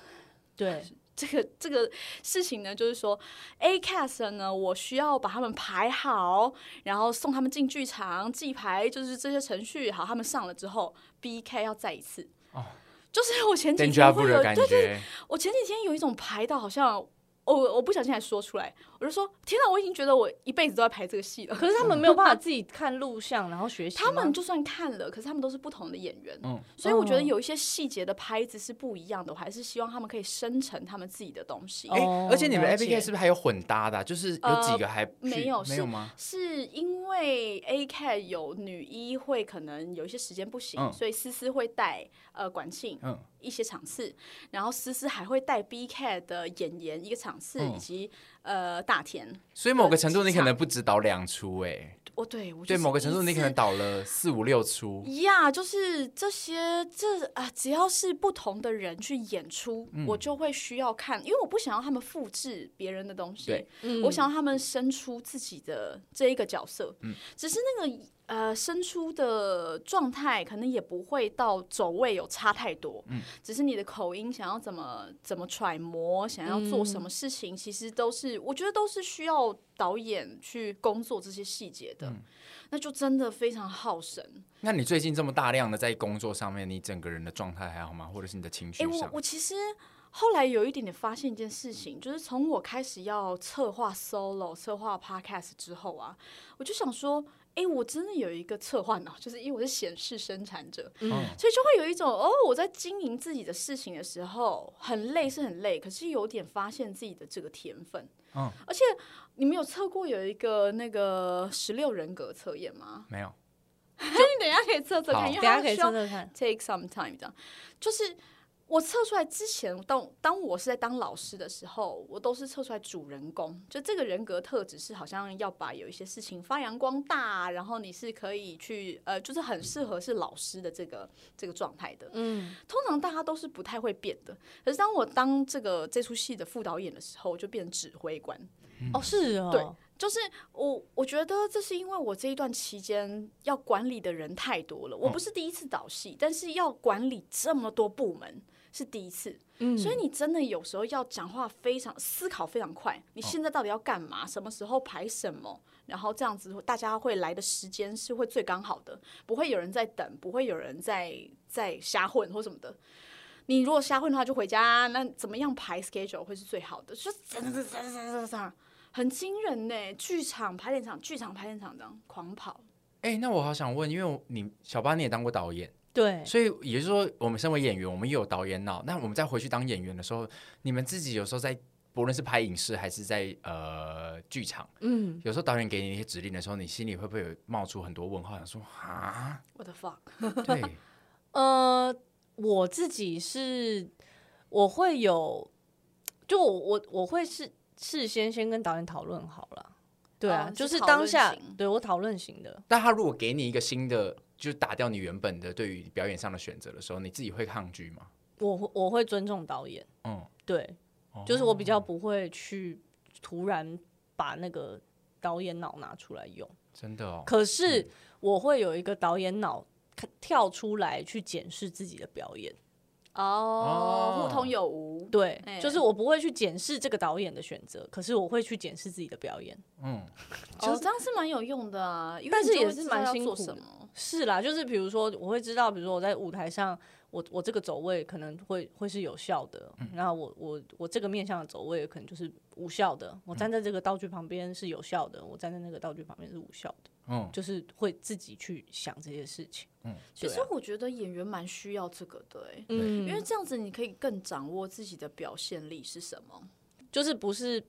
Speaker 2: 对，
Speaker 3: 这个这个事情呢，就是说 A cast 呢，我需要把他们排好，然后送他们进剧场记排，就是这些程序好，他们上了之后，B K 要再一次。
Speaker 1: 哦
Speaker 3: 就是我前几
Speaker 1: ，Deja
Speaker 3: 天
Speaker 1: vu
Speaker 3: 会有，
Speaker 1: 的感
Speaker 3: 对对，
Speaker 1: 觉，
Speaker 3: 我前几天有一种排到好像我我不小心还说出来，我就说天哪，我已经觉得我一辈子都在排这个戏了。
Speaker 2: 可是他们没有办法自己看录像，然后学习吗，
Speaker 3: 他们就算看了，可是他们都是不同的演员，
Speaker 1: 嗯
Speaker 3: 所以我觉得
Speaker 2: 哦
Speaker 3: 有一些细节的拍子是不一样的。我还是希望他们可以生成他们自己的东西。
Speaker 1: 哎、
Speaker 2: 哦
Speaker 1: 而且你们
Speaker 2: 了
Speaker 1: A
Speaker 2: 解
Speaker 1: P K 是不是还有混搭的啊、就是有几个还去、
Speaker 3: 呃没有
Speaker 1: 没
Speaker 3: 是
Speaker 1: 有吗？
Speaker 3: 是因为 A Cat 有女一会可能有一些时间不行，
Speaker 1: 嗯
Speaker 3: 所以思思会带呃管庆
Speaker 1: 嗯，
Speaker 3: 一些场次，然后思思还会带 B Cat 的演员一个场次，
Speaker 1: 嗯
Speaker 3: 以及呃大田。
Speaker 1: 所以某个程度
Speaker 3: 有
Speaker 1: 你
Speaker 3: 几
Speaker 1: 可能
Speaker 3: 场
Speaker 1: 不止导两出哎、
Speaker 3: 哦，对，我
Speaker 1: 对，某个程度你可能
Speaker 3: 打
Speaker 1: 导了四五六出，
Speaker 3: 呀就是这些这啊、只要是不同的人去演出，我就会需要看，因为我不想要他们复制别人的东西。
Speaker 1: 对
Speaker 2: 嗯
Speaker 3: 我想要他们生出自己的这一个角色，只是那个呃生出的状态可能也不会到走位有差太多，只是你的口音想要怎么怎么揣摩，想要做什么事情，其实都是我觉得都是需要导演去工作这些细节的，那就真的非常耗神。
Speaker 1: 那你最近这么大量的在工作上面，你整个人的状态还好吗？或者是你的情绪
Speaker 3: 诶，
Speaker 1: 上
Speaker 2: 啊
Speaker 3: 我？我其实后来有一点点发现一件事情，就是从我开始要策划 solo、策划 podcast 之后啊，我就想说，诶，我真的有一个策划脑，就是因为我是显示生产者，
Speaker 1: 嗯
Speaker 3: 所以就会有一种哦，我在经营自己的事情的时候很累是很累，可是有点发现自己的这个天分。
Speaker 1: 嗯
Speaker 3: 而且你们有测过有一个那个十六人格测验吗？
Speaker 1: 没有，
Speaker 3: 你等一下可以测测
Speaker 1: 好
Speaker 3: 看，因为
Speaker 2: 等一下
Speaker 3: 它
Speaker 2: 可以
Speaker 3: 需要
Speaker 2: 测测看，
Speaker 3: take some time 这样，就是我测出来之前，当当我是在当老师的时候，我都是测出来主人公，就这个人格特质是好像要把有一些事情发扬光大，啊然后你是可以去呃，就是很适合是老师的这个这个状态的。
Speaker 2: 嗯，
Speaker 3: 通常大家都是不太会变的，可是当我当这个这出戏的副导演的时候，我就变成指挥官。
Speaker 2: 哦是哦，
Speaker 3: 对就是我，我觉得这是因为我这一段期间要管理的人太多了。我不是第一次导戏，但是要管理这么多部门是第一次，
Speaker 2: 嗯，
Speaker 3: 所以你真的有时候要讲话非常思考非常快。你现在到底要干嘛？什么时候排什么？然后这样子，大家会来的时间是会最刚好的，不会有人在等，不会有人在在瞎混或什么的。你如果瞎混的话，就回家。那怎么样排 schedule 会是最好的？就是很惊人呢、剧场排练场，剧场排练场这样狂跑，
Speaker 1: 哎、那我好想问，因为我你小八你也当过导演，
Speaker 2: 对，
Speaker 1: 所以也就是说，我们身为演员，我们也有导演脑。那我们再回去当演员的时候，你们自己有时候在不论是拍影视还是在呃剧场，
Speaker 2: 嗯，
Speaker 1: 有时候导演给你一些指令的时候，你心里会不会有冒出很多问号，想说啊，
Speaker 3: 我的 fuck，
Speaker 1: 对，
Speaker 2: 呃，我自己是我会有，就我我我会事事先先跟导演讨论好了。对啊，
Speaker 3: 哦
Speaker 2: 就是是
Speaker 3: 讨
Speaker 2: 当
Speaker 3: 论
Speaker 2: 下
Speaker 3: 型
Speaker 2: 对我讨论型的，
Speaker 1: 但他如果给你一个新的，就是打掉你原本的对于表演上的选择的时候，你自己会抗拒吗？
Speaker 2: 我会我会尊重导演。
Speaker 1: 嗯，
Speaker 2: 对，就是我比较不会去突然把那个导演脑拿出来用，
Speaker 1: 真的哦，
Speaker 2: 可是我会有一个导演脑看跳出来去检视自己的表演。
Speaker 3: 哦，
Speaker 1: 哦
Speaker 3: 互通有无，
Speaker 2: 对，
Speaker 3: 哎
Speaker 2: 就是我不会去检视这个导演的选择，可是我会去检视自己的表演。
Speaker 1: 嗯，
Speaker 3: 哦，这样是蛮有用的啊，因为
Speaker 2: 但
Speaker 3: 你
Speaker 2: 是
Speaker 3: 就
Speaker 2: 也
Speaker 3: 会
Speaker 2: 是
Speaker 3: 知道
Speaker 2: 蛮
Speaker 3: 要
Speaker 2: 辛
Speaker 3: 做
Speaker 2: 苦
Speaker 3: 什
Speaker 2: 的
Speaker 3: 么
Speaker 2: 是啦，就是比如说，我会知道，比如说我在舞台上，我我这个走位可能会会是有效的，然后我我我这个面向的走位可能就是无效的。我站在这个道具旁边是有效的，我站在那个道具旁边是无效的，
Speaker 1: 嗯，
Speaker 2: 就是会自己去想这些事情。
Speaker 3: 其实
Speaker 2: 对啊
Speaker 3: 我觉得演员蛮需要这个的、欸，
Speaker 2: 嗯，
Speaker 3: 因为这样子你可以更掌握自己的表现力是什么。
Speaker 2: 就是不是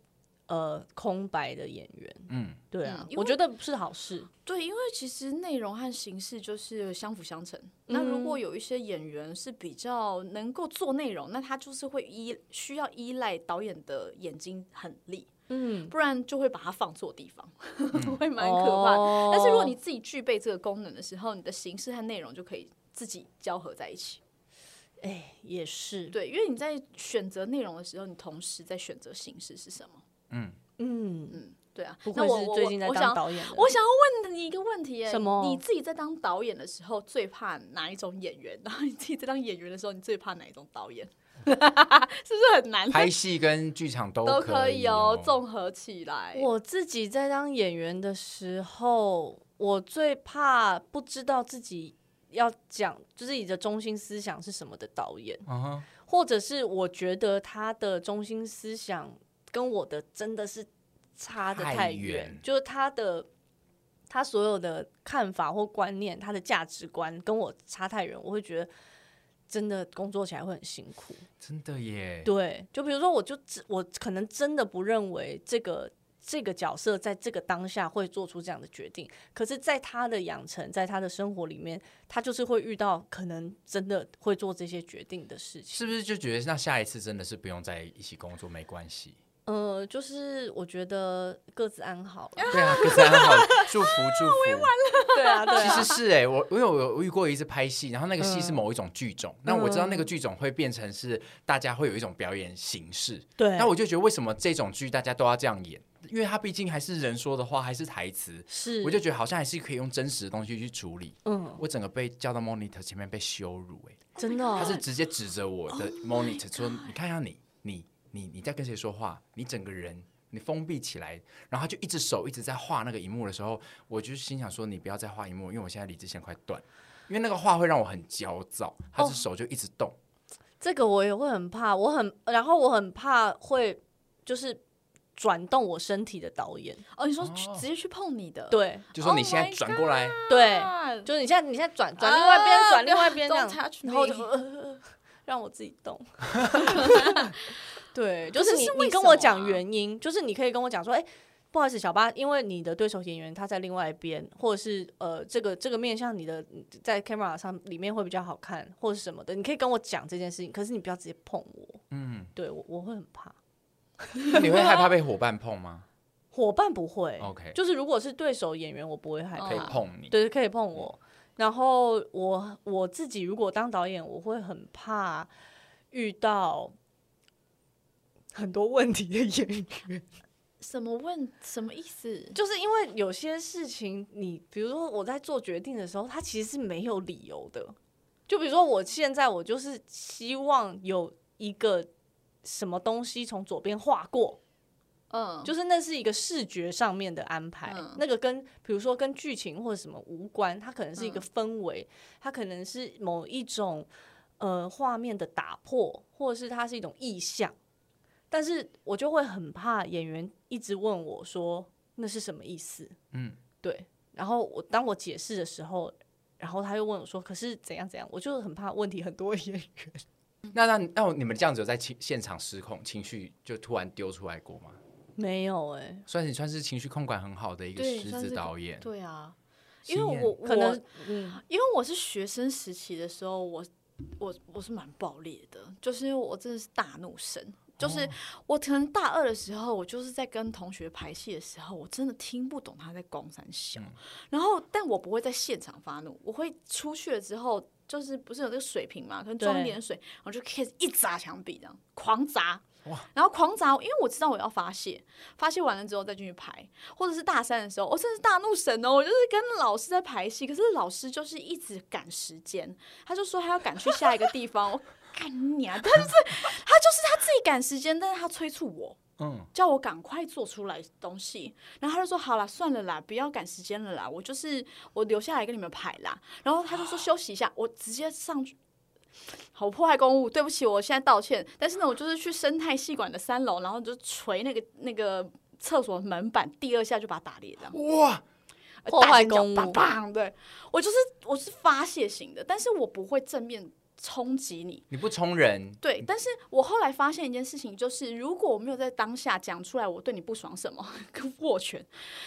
Speaker 2: 呃空白的演员，
Speaker 1: 嗯，
Speaker 2: 对啊
Speaker 3: 嗯，因为
Speaker 2: 我觉得是好事。
Speaker 3: 对，因为其实内容和形式就是相辅相成。那如
Speaker 2: 嗯
Speaker 3: 果有一些演员是比较能够做内容，那他就是会依需要依赖导演的眼睛很力，
Speaker 2: 嗯，
Speaker 3: 不然就会把它放错地方， 会蛮可怕的。
Speaker 2: 哦
Speaker 3: 但是如果你自己具备这个功能的时候，你的形式和内容就可以自己交合在一起。
Speaker 2: 哎也是，
Speaker 3: 对，因为你在选择内容的时候，你同时在选择形式是什么。
Speaker 2: 嗯，
Speaker 3: 嗯，对啊。
Speaker 2: 不
Speaker 3: 那
Speaker 2: 愧
Speaker 3: 我
Speaker 2: 是
Speaker 3: 我
Speaker 2: 最近在
Speaker 3: 我我
Speaker 2: 当
Speaker 3: 想
Speaker 2: 导演的，
Speaker 3: 我想要问你一个问题、耶，
Speaker 2: 什么
Speaker 3: 你自己在当导演的时候最怕哪一种演员？ 然后你自己在当演员的时候，你最怕哪一种导演？ 是不是很难？
Speaker 1: 拍戏跟剧场都
Speaker 3: 都
Speaker 1: 可
Speaker 3: 以
Speaker 1: 哦
Speaker 3: 哦，，综合起来。
Speaker 2: 我自己在当演员的时候，我最怕不知道自己要讲，就是自己的中心思想是什么的导演，
Speaker 1: 嗯哼
Speaker 2: 或者是我觉得他的中心思想跟我的真的是差的
Speaker 1: 太
Speaker 2: 太
Speaker 1: 远
Speaker 2: 就是他的。他所有的看法或观念，他的价值观跟我差太远，我会觉得真的工作起来会很辛苦。
Speaker 1: 真的耶，
Speaker 2: 对，就比如说，我就只我可能真的不认为这个这个角色在这个当下会做出这样的决定，可是，在他的养成，在他的生活里面，他就是会遇到可能真的会做这些决定的事情。
Speaker 1: 是不是就觉得那下一次真的是不用在一起工作没关系？
Speaker 2: 呃，就是我觉得各自安好啦
Speaker 1: 对啊，可是很好，祝福祝福。
Speaker 2: 对啊，对
Speaker 1: 其
Speaker 2: 啊，
Speaker 1: 实是哎、我因为我有遇过一次拍戏，然后那个戏是
Speaker 2: 嗯
Speaker 1: 某一种剧种，那我知道那个剧种会变成是大家会有一种表演形式，
Speaker 2: 对
Speaker 1: 那我就觉得为什么这种剧大家都要这样演？因为它毕竟还是人说的话，还是台词，
Speaker 2: 是，
Speaker 1: 我就觉得好像还是可以用真实的东西去处理。
Speaker 2: 嗯，
Speaker 1: 我整个被叫到 monitor 前面被羞辱、哎，
Speaker 2: 真的哦、
Speaker 1: 他是直接指着我
Speaker 3: Oh
Speaker 1: 的 monitor 说：“你看一下你，你，你，你在跟谁说话？你整个人，你封闭起来。”然后他就一只手一直在画那个荧幕的时候，我就心想说：“你不要再画荧幕，因为我现在理智线快断，因为那个画会让我很焦躁。”他
Speaker 3: 哦
Speaker 1: 是手就一直动，
Speaker 2: 这个我也会很怕，我很，然后我很怕会就是转动我身体的导演，
Speaker 3: 哦，你说
Speaker 1: 哦
Speaker 3: 去直接去碰你的，
Speaker 2: 对
Speaker 1: 就说
Speaker 3: Oh
Speaker 1: 你现在
Speaker 3: my
Speaker 1: 转过来。
Speaker 2: 对。
Speaker 3: 啊，
Speaker 2: 就是你现在，你现在转转另外一边，
Speaker 3: 啊
Speaker 2: 转、另外一边这
Speaker 3: don't
Speaker 2: 样，
Speaker 3: touch
Speaker 2: 然后我就、
Speaker 3: me
Speaker 2: 呃呃呃让我自己动。 对，就
Speaker 3: 可是
Speaker 2: 你
Speaker 3: 是为
Speaker 2: 你跟
Speaker 3: 什
Speaker 2: 我
Speaker 3: 么
Speaker 2: 讲
Speaker 3: 啊
Speaker 2: 原因，就是你可以跟我讲说，哎、不好意思，小八，因为你的对手演员他在另外一边，或者是呃，这个这个面向你的在 camera 上里面会比较好看，或者是什么的，你可以跟我讲这件事情，可是你不要直接碰我，
Speaker 1: 嗯，
Speaker 2: 对我我会很怕。
Speaker 1: 那你会害怕被伙伴碰吗？
Speaker 2: 伙伴不会
Speaker 1: OK
Speaker 2: 就是如果是对手演员，我不会害
Speaker 3: 哦
Speaker 2: 怕。
Speaker 1: 可以碰你。
Speaker 2: 对，可以碰我。然后我我自己如果当导演，我会很怕遇到很多问题的演员，
Speaker 3: 什么问什么意思？
Speaker 2: 就是因为有些事情你，比如说我在做决定的时候，它其实是没有理由的。就比如说我现在，我就是希望有一个什么东西从左边划过，
Speaker 3: 嗯，
Speaker 2: 就是那是一个视觉上面的安排，
Speaker 3: 嗯
Speaker 2: 那个跟比如说跟剧情或者什么无关，它可能是一个
Speaker 3: 嗯
Speaker 2: 氛围，它可能是某一种呃画面的打破，或者是它是一种意象。但是我就会很怕演员一直问我说那是什么意思？
Speaker 1: 嗯，
Speaker 2: 对。然后我当我解释的时候，然后他又问我说可是怎样怎样，我就很怕问题很多的 演员。
Speaker 1: 那那那你们这样子有在情现场失控，情绪就突然丢出来过吗？
Speaker 2: 没有哎、
Speaker 1: 算是你算是情绪控管很好的一个
Speaker 3: 对
Speaker 1: 狮
Speaker 3: 算
Speaker 1: 子
Speaker 3: 是
Speaker 1: 导演，
Speaker 3: 对啊，
Speaker 1: 经
Speaker 3: 因为
Speaker 1: 验
Speaker 3: 我我
Speaker 2: 可能嗯
Speaker 3: 因为我是学生时期的时候，我我我是蛮暴烈的，就是因为我真的是大怒神。
Speaker 1: 哦
Speaker 3: 就是我可能大二的时候，我就是在跟同学排戏的时候，我真的听不懂他在攻三小。
Speaker 1: 嗯
Speaker 3: 然后，但我不会在现场发怒，我会出去了之后，就是不是有那个水瓶嘛，可能装
Speaker 2: 对
Speaker 3: 一点水，我就开始一砸墙壁，这样狂砸
Speaker 1: 哇。
Speaker 3: 然后狂砸，因为我知道我要发泄，发泄完了之后再进去排，或者是大三的时候，我、真的是大怒神哦！我就是跟老师在排戏，可是老师就是一直赶时间，他就说他要赶去下一个地方，我 干你娘！他就是他就是他自己赶时间，但是他催促我，
Speaker 1: 嗯，
Speaker 3: 叫我赶快做出来东西，然后他就说好啦，算了啦，不要赶时间了啦，我就是我留下来跟你们排啦。然后他就说休息一下，我直接上去好破坏公物，对不起，我现在道歉。但是呢，我就是去生态系馆的三楼，然后就捶那个那个厕所门板，第二下就把它打裂，这样
Speaker 1: 哇，
Speaker 3: 呃
Speaker 2: 破坏
Speaker 3: 大声
Speaker 2: 公
Speaker 3: 叫
Speaker 2: 物
Speaker 3: 砰砰！对我就是我是发泄型的，但是我不会正面冲击你。
Speaker 1: 你不冲人，
Speaker 3: 对，但是我后来发现一件事情，就是如果我没有在当下讲出来我对你不爽什么，跟握拳，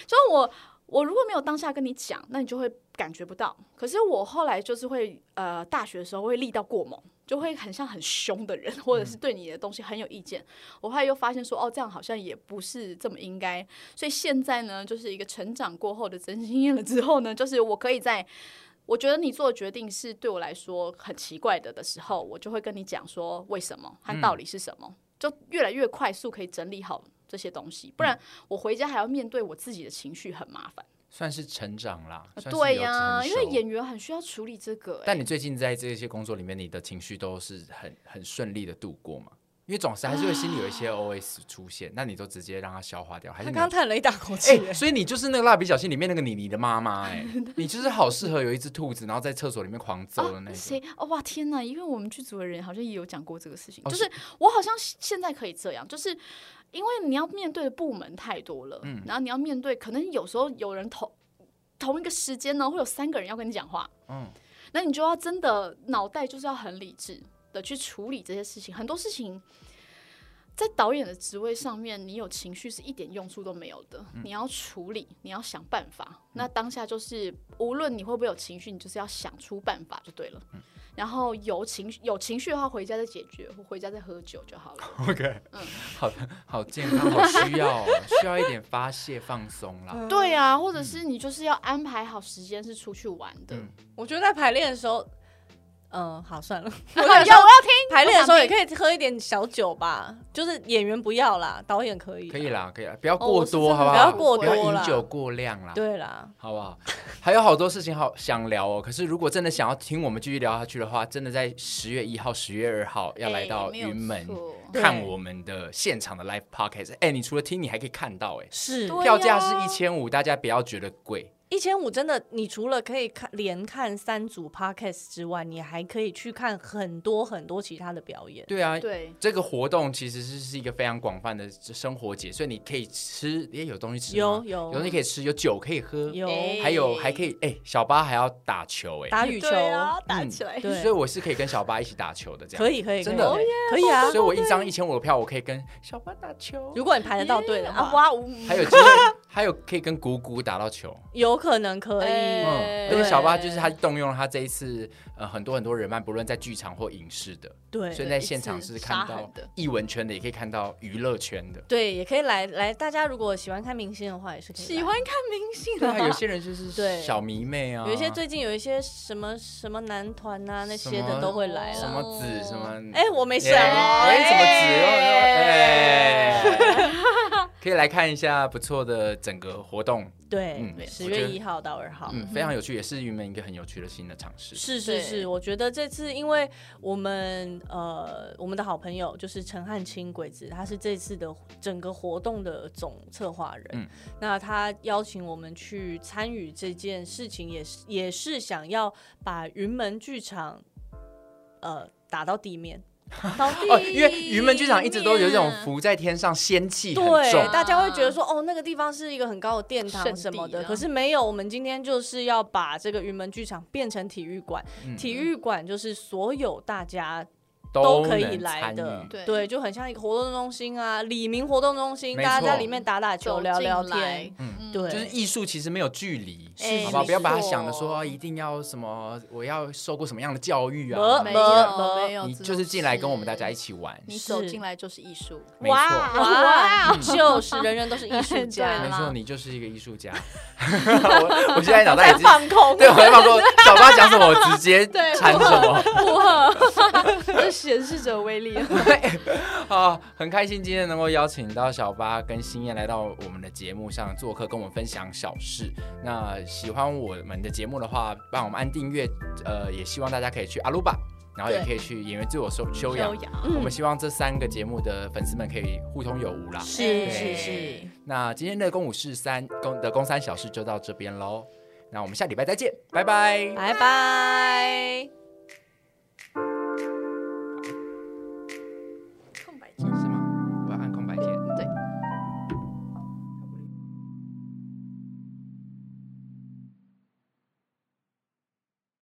Speaker 3: 就是我我如果没有当下跟你讲，那你就会感觉不到。可是我后来就是会呃，大学的时候会力道过猛，就会很像很凶的人，或者
Speaker 1: 嗯
Speaker 3: 是对你的东西很有意见。我后来又发现说，哦，这样好像也不是这么应该。所以现在呢，就是一个成长过后的真经验了之后呢，就是我可以在我觉得你做的决定是对我来说很奇怪的的时候，我就会跟你讲说为什么
Speaker 1: 嗯
Speaker 3: 和道理是什么，就越来越快速可以整理好这些东西，不
Speaker 1: 嗯
Speaker 3: 然我回家还要面对我自己的情绪，很麻烦。
Speaker 1: 算是成长啦。算是有
Speaker 3: 呃对呀、
Speaker 1: 成
Speaker 3: 因
Speaker 1: 熟
Speaker 3: 为演员很需要处理这个、
Speaker 1: 但
Speaker 3: 哎
Speaker 1: 你最近在这些工作里面，你的情绪都是很很顺利的度过嘛？因为总是还是会心里有一
Speaker 3: 啊
Speaker 1: 些 OS 出现，那你都直接让它消化掉，还是
Speaker 2: 他刚
Speaker 1: 你
Speaker 2: 刚叹了一大口气
Speaker 1: 哎、
Speaker 2: 欸，
Speaker 1: 所以你就是那个蜡笔小新里面那个妮妮的妈 妈哎，你就是好适合有一只兔子，然后在厕所里面狂揍的那
Speaker 3: 啊、
Speaker 1: 个。
Speaker 3: 谁？哦哇天哪！因为我们剧组的人好像也有讲过这个事情，
Speaker 1: 哦
Speaker 3: 就是我好像现在可以这样，就是因为你要面对的部门太多了，
Speaker 1: 嗯
Speaker 3: 然后你要面对，可能有时候有人同同一个时间呢，会有三个人要跟你讲话，
Speaker 1: 嗯，
Speaker 3: 那你就要真的脑袋就是要很理智的去处理这些事情，很多事情。在导演的职位上面，你有情绪是一点用处都没有的。
Speaker 1: 嗯
Speaker 3: 你要处理，你要想办法。那当下就是，无论你会不会有情绪，你就是要想出办法就对了。
Speaker 1: 嗯
Speaker 3: 然后有情绪有情绪的话，回家再解决，或回家再喝酒就好了。
Speaker 1: OK，
Speaker 3: 嗯
Speaker 1: 好的，好健康，好需要、哦，需要一点发泄放松啦。
Speaker 2: 嗯
Speaker 3: 对啊，或者是你就是要安排好时间是出去玩的。
Speaker 1: 嗯
Speaker 2: 我觉得在排练的时候，嗯，好算了。
Speaker 3: 有我要听
Speaker 2: 排练的时候
Speaker 3: 我
Speaker 2: 也
Speaker 3: 想
Speaker 2: 可以喝一点小酒吧，就是演员不要啦，导演可以。
Speaker 1: 可以。啦，可以啦，不要
Speaker 3: 呃哦我
Speaker 1: 过
Speaker 3: 是
Speaker 1: 多，
Speaker 3: 真
Speaker 1: 好
Speaker 3: 的
Speaker 1: 不好？
Speaker 2: 不要过
Speaker 1: 不
Speaker 2: 多
Speaker 1: 要
Speaker 2: 啦
Speaker 1: 饮酒过量啦，
Speaker 2: 对啦，
Speaker 1: 好不好？还有好多事情好想聊哦。可是如果真的想要听我们继续聊下去的话，真的在十月一号、十月二号要来
Speaker 2: 哎
Speaker 1: 到云门、
Speaker 2: 对
Speaker 1: 看我们的现场的 live podcast。哎，你除了听，你还可以看到哎。
Speaker 2: 是
Speaker 3: 对
Speaker 1: 票价是
Speaker 3: 呀
Speaker 1: 一千五，大家不要觉得贵。
Speaker 2: 一千五，真的，你除了可以看连看三组 podcast 之外，你还可以去看很多很多其他的表演。
Speaker 1: 对啊，
Speaker 3: 对，
Speaker 1: 这个活动其实是是一个非常广泛的生活节，所以你可以吃，也有东西吃
Speaker 2: 有
Speaker 1: 吗，
Speaker 2: 有
Speaker 1: 有东西可以吃，有酒可以喝，
Speaker 2: 有
Speaker 3: 哎
Speaker 1: 还有还可以哎，小巴还要打球哎，
Speaker 2: 打羽球，哎
Speaker 3: 对啊，打
Speaker 1: 嗯
Speaker 3: 起来。
Speaker 2: 对
Speaker 1: 所以我是可以跟小巴一起打球的，这样
Speaker 2: 可以可以，
Speaker 1: 真的
Speaker 3: 哦
Speaker 2: 可以可以啊
Speaker 1: 所。以我一张一千五的票，我可以跟小巴打球，
Speaker 2: 如果你排得到 队的
Speaker 3: 啊
Speaker 2: 话，
Speaker 3: 哇呜！
Speaker 1: 还有机会，还有可以跟姑姑打到 球。
Speaker 2: 有可能可以
Speaker 3: 哎。
Speaker 1: 嗯，而且小巴就是他动用了他这一次呃很多很多人脉，不论在剧场或影视的，所
Speaker 2: 对
Speaker 1: 以在现场是看
Speaker 3: 一次杀
Speaker 1: 到
Speaker 3: 很的
Speaker 1: 艺文圈的，也可以看到娱乐圈 的。
Speaker 2: 对，也可以来来。大家如果喜欢看明星的话，也是可以来。
Speaker 3: 喜欢看明星
Speaker 1: 对啊，有
Speaker 3: 啊，
Speaker 1: 些人 就是
Speaker 2: 对
Speaker 1: 小迷妹啊，
Speaker 2: 有一些最近有一些什么什么男团啊那些
Speaker 1: 什
Speaker 2: 的
Speaker 1: 么
Speaker 2: 都会来
Speaker 1: 什
Speaker 2: 了。
Speaker 1: 么子什么，
Speaker 2: 哎，我没
Speaker 1: 没
Speaker 2: 想哦，
Speaker 1: 哎，怎么
Speaker 3: 哎
Speaker 1: 子哦哎？可以来看一下不错的整个活动，
Speaker 2: 对
Speaker 1: 嗯，
Speaker 2: 十
Speaker 1: 我觉
Speaker 2: 月
Speaker 1: 得
Speaker 2: 一号到二号。
Speaker 1: 嗯，非常有趣，也是云门一个很有趣的新的尝试。
Speaker 2: 是是是，
Speaker 3: 对
Speaker 2: 我觉得这次因为我们呃，我们的好朋友就是陈汉卿鬼子，他是这次的整个活动的总策划人。
Speaker 1: 嗯
Speaker 2: 那他邀请我们去参与这件事情，也是也是想要把云门剧场呃打到地面，
Speaker 3: 扫地
Speaker 1: 哦，因为云门剧场一直都有一种
Speaker 3: 面
Speaker 1: 浮在天上仙气很重
Speaker 2: 对，，大家会觉得说，哦，那个地方是一个很高的殿堂
Speaker 3: 嗯圣
Speaker 2: 什么
Speaker 3: 地
Speaker 2: 的，
Speaker 3: 啦
Speaker 2: 可是没有。我们今天就是要把这个云门剧场变成体育馆，
Speaker 1: 嗯
Speaker 2: 体育馆就是所有大家
Speaker 1: 都
Speaker 2: 可以
Speaker 1: 能
Speaker 2: 来
Speaker 1: 参
Speaker 2: 的
Speaker 1: 与，
Speaker 3: 对
Speaker 2: 就很像一个活动中心啊，李明活动中心，
Speaker 1: 没
Speaker 2: 大家在
Speaker 1: 错
Speaker 2: 里面打打球、
Speaker 3: 走
Speaker 2: 聊
Speaker 3: 进
Speaker 2: 聊
Speaker 3: 来
Speaker 2: 天，
Speaker 1: 嗯
Speaker 2: 对，
Speaker 1: 就是艺术其实没有距离，
Speaker 2: 是
Speaker 1: 好不好？
Speaker 2: 没
Speaker 1: 不要把它
Speaker 3: 错
Speaker 1: 想的说哦一定要什么，我要受过什么样的教育啊
Speaker 2: 呃？
Speaker 3: 没
Speaker 2: 没
Speaker 3: 有
Speaker 2: 有
Speaker 3: 没有，
Speaker 1: 你
Speaker 3: 这
Speaker 1: 就
Speaker 3: 种
Speaker 1: 是进来跟我们
Speaker 3: 事
Speaker 1: 大家一，起玩，
Speaker 3: 你走
Speaker 2: 是
Speaker 3: 进来就是 艺术，
Speaker 1: 没错，
Speaker 2: 哇，
Speaker 1: 嗯
Speaker 2: 就是人人都是艺术
Speaker 1: 没
Speaker 2: 家，
Speaker 1: 错，你就是一个艺术家。我我现在脑袋已经
Speaker 2: 放空，
Speaker 1: 对我在放空，小巴讲什么我直接
Speaker 3: 对
Speaker 1: 缠什么。
Speaker 3: 不合，这显示者威力。
Speaker 1: 啊，很开心今天能够邀请到小八跟星燕来到我们的节目上做客，跟我们分享小事。那喜欢我们的节目的话，帮我们按订阅，呃，也希望大家可以去阿鲁巴，然后也
Speaker 3: 对
Speaker 1: 可以去演员自我修修养。我们希望这三个节目的粉丝们可以互通有无啦。
Speaker 2: 是是
Speaker 1: 对
Speaker 2: 是，
Speaker 1: 那今天的公五是三公的公三小事就到这边喽，那我们下礼拜再见，拜拜。
Speaker 2: 拜拜。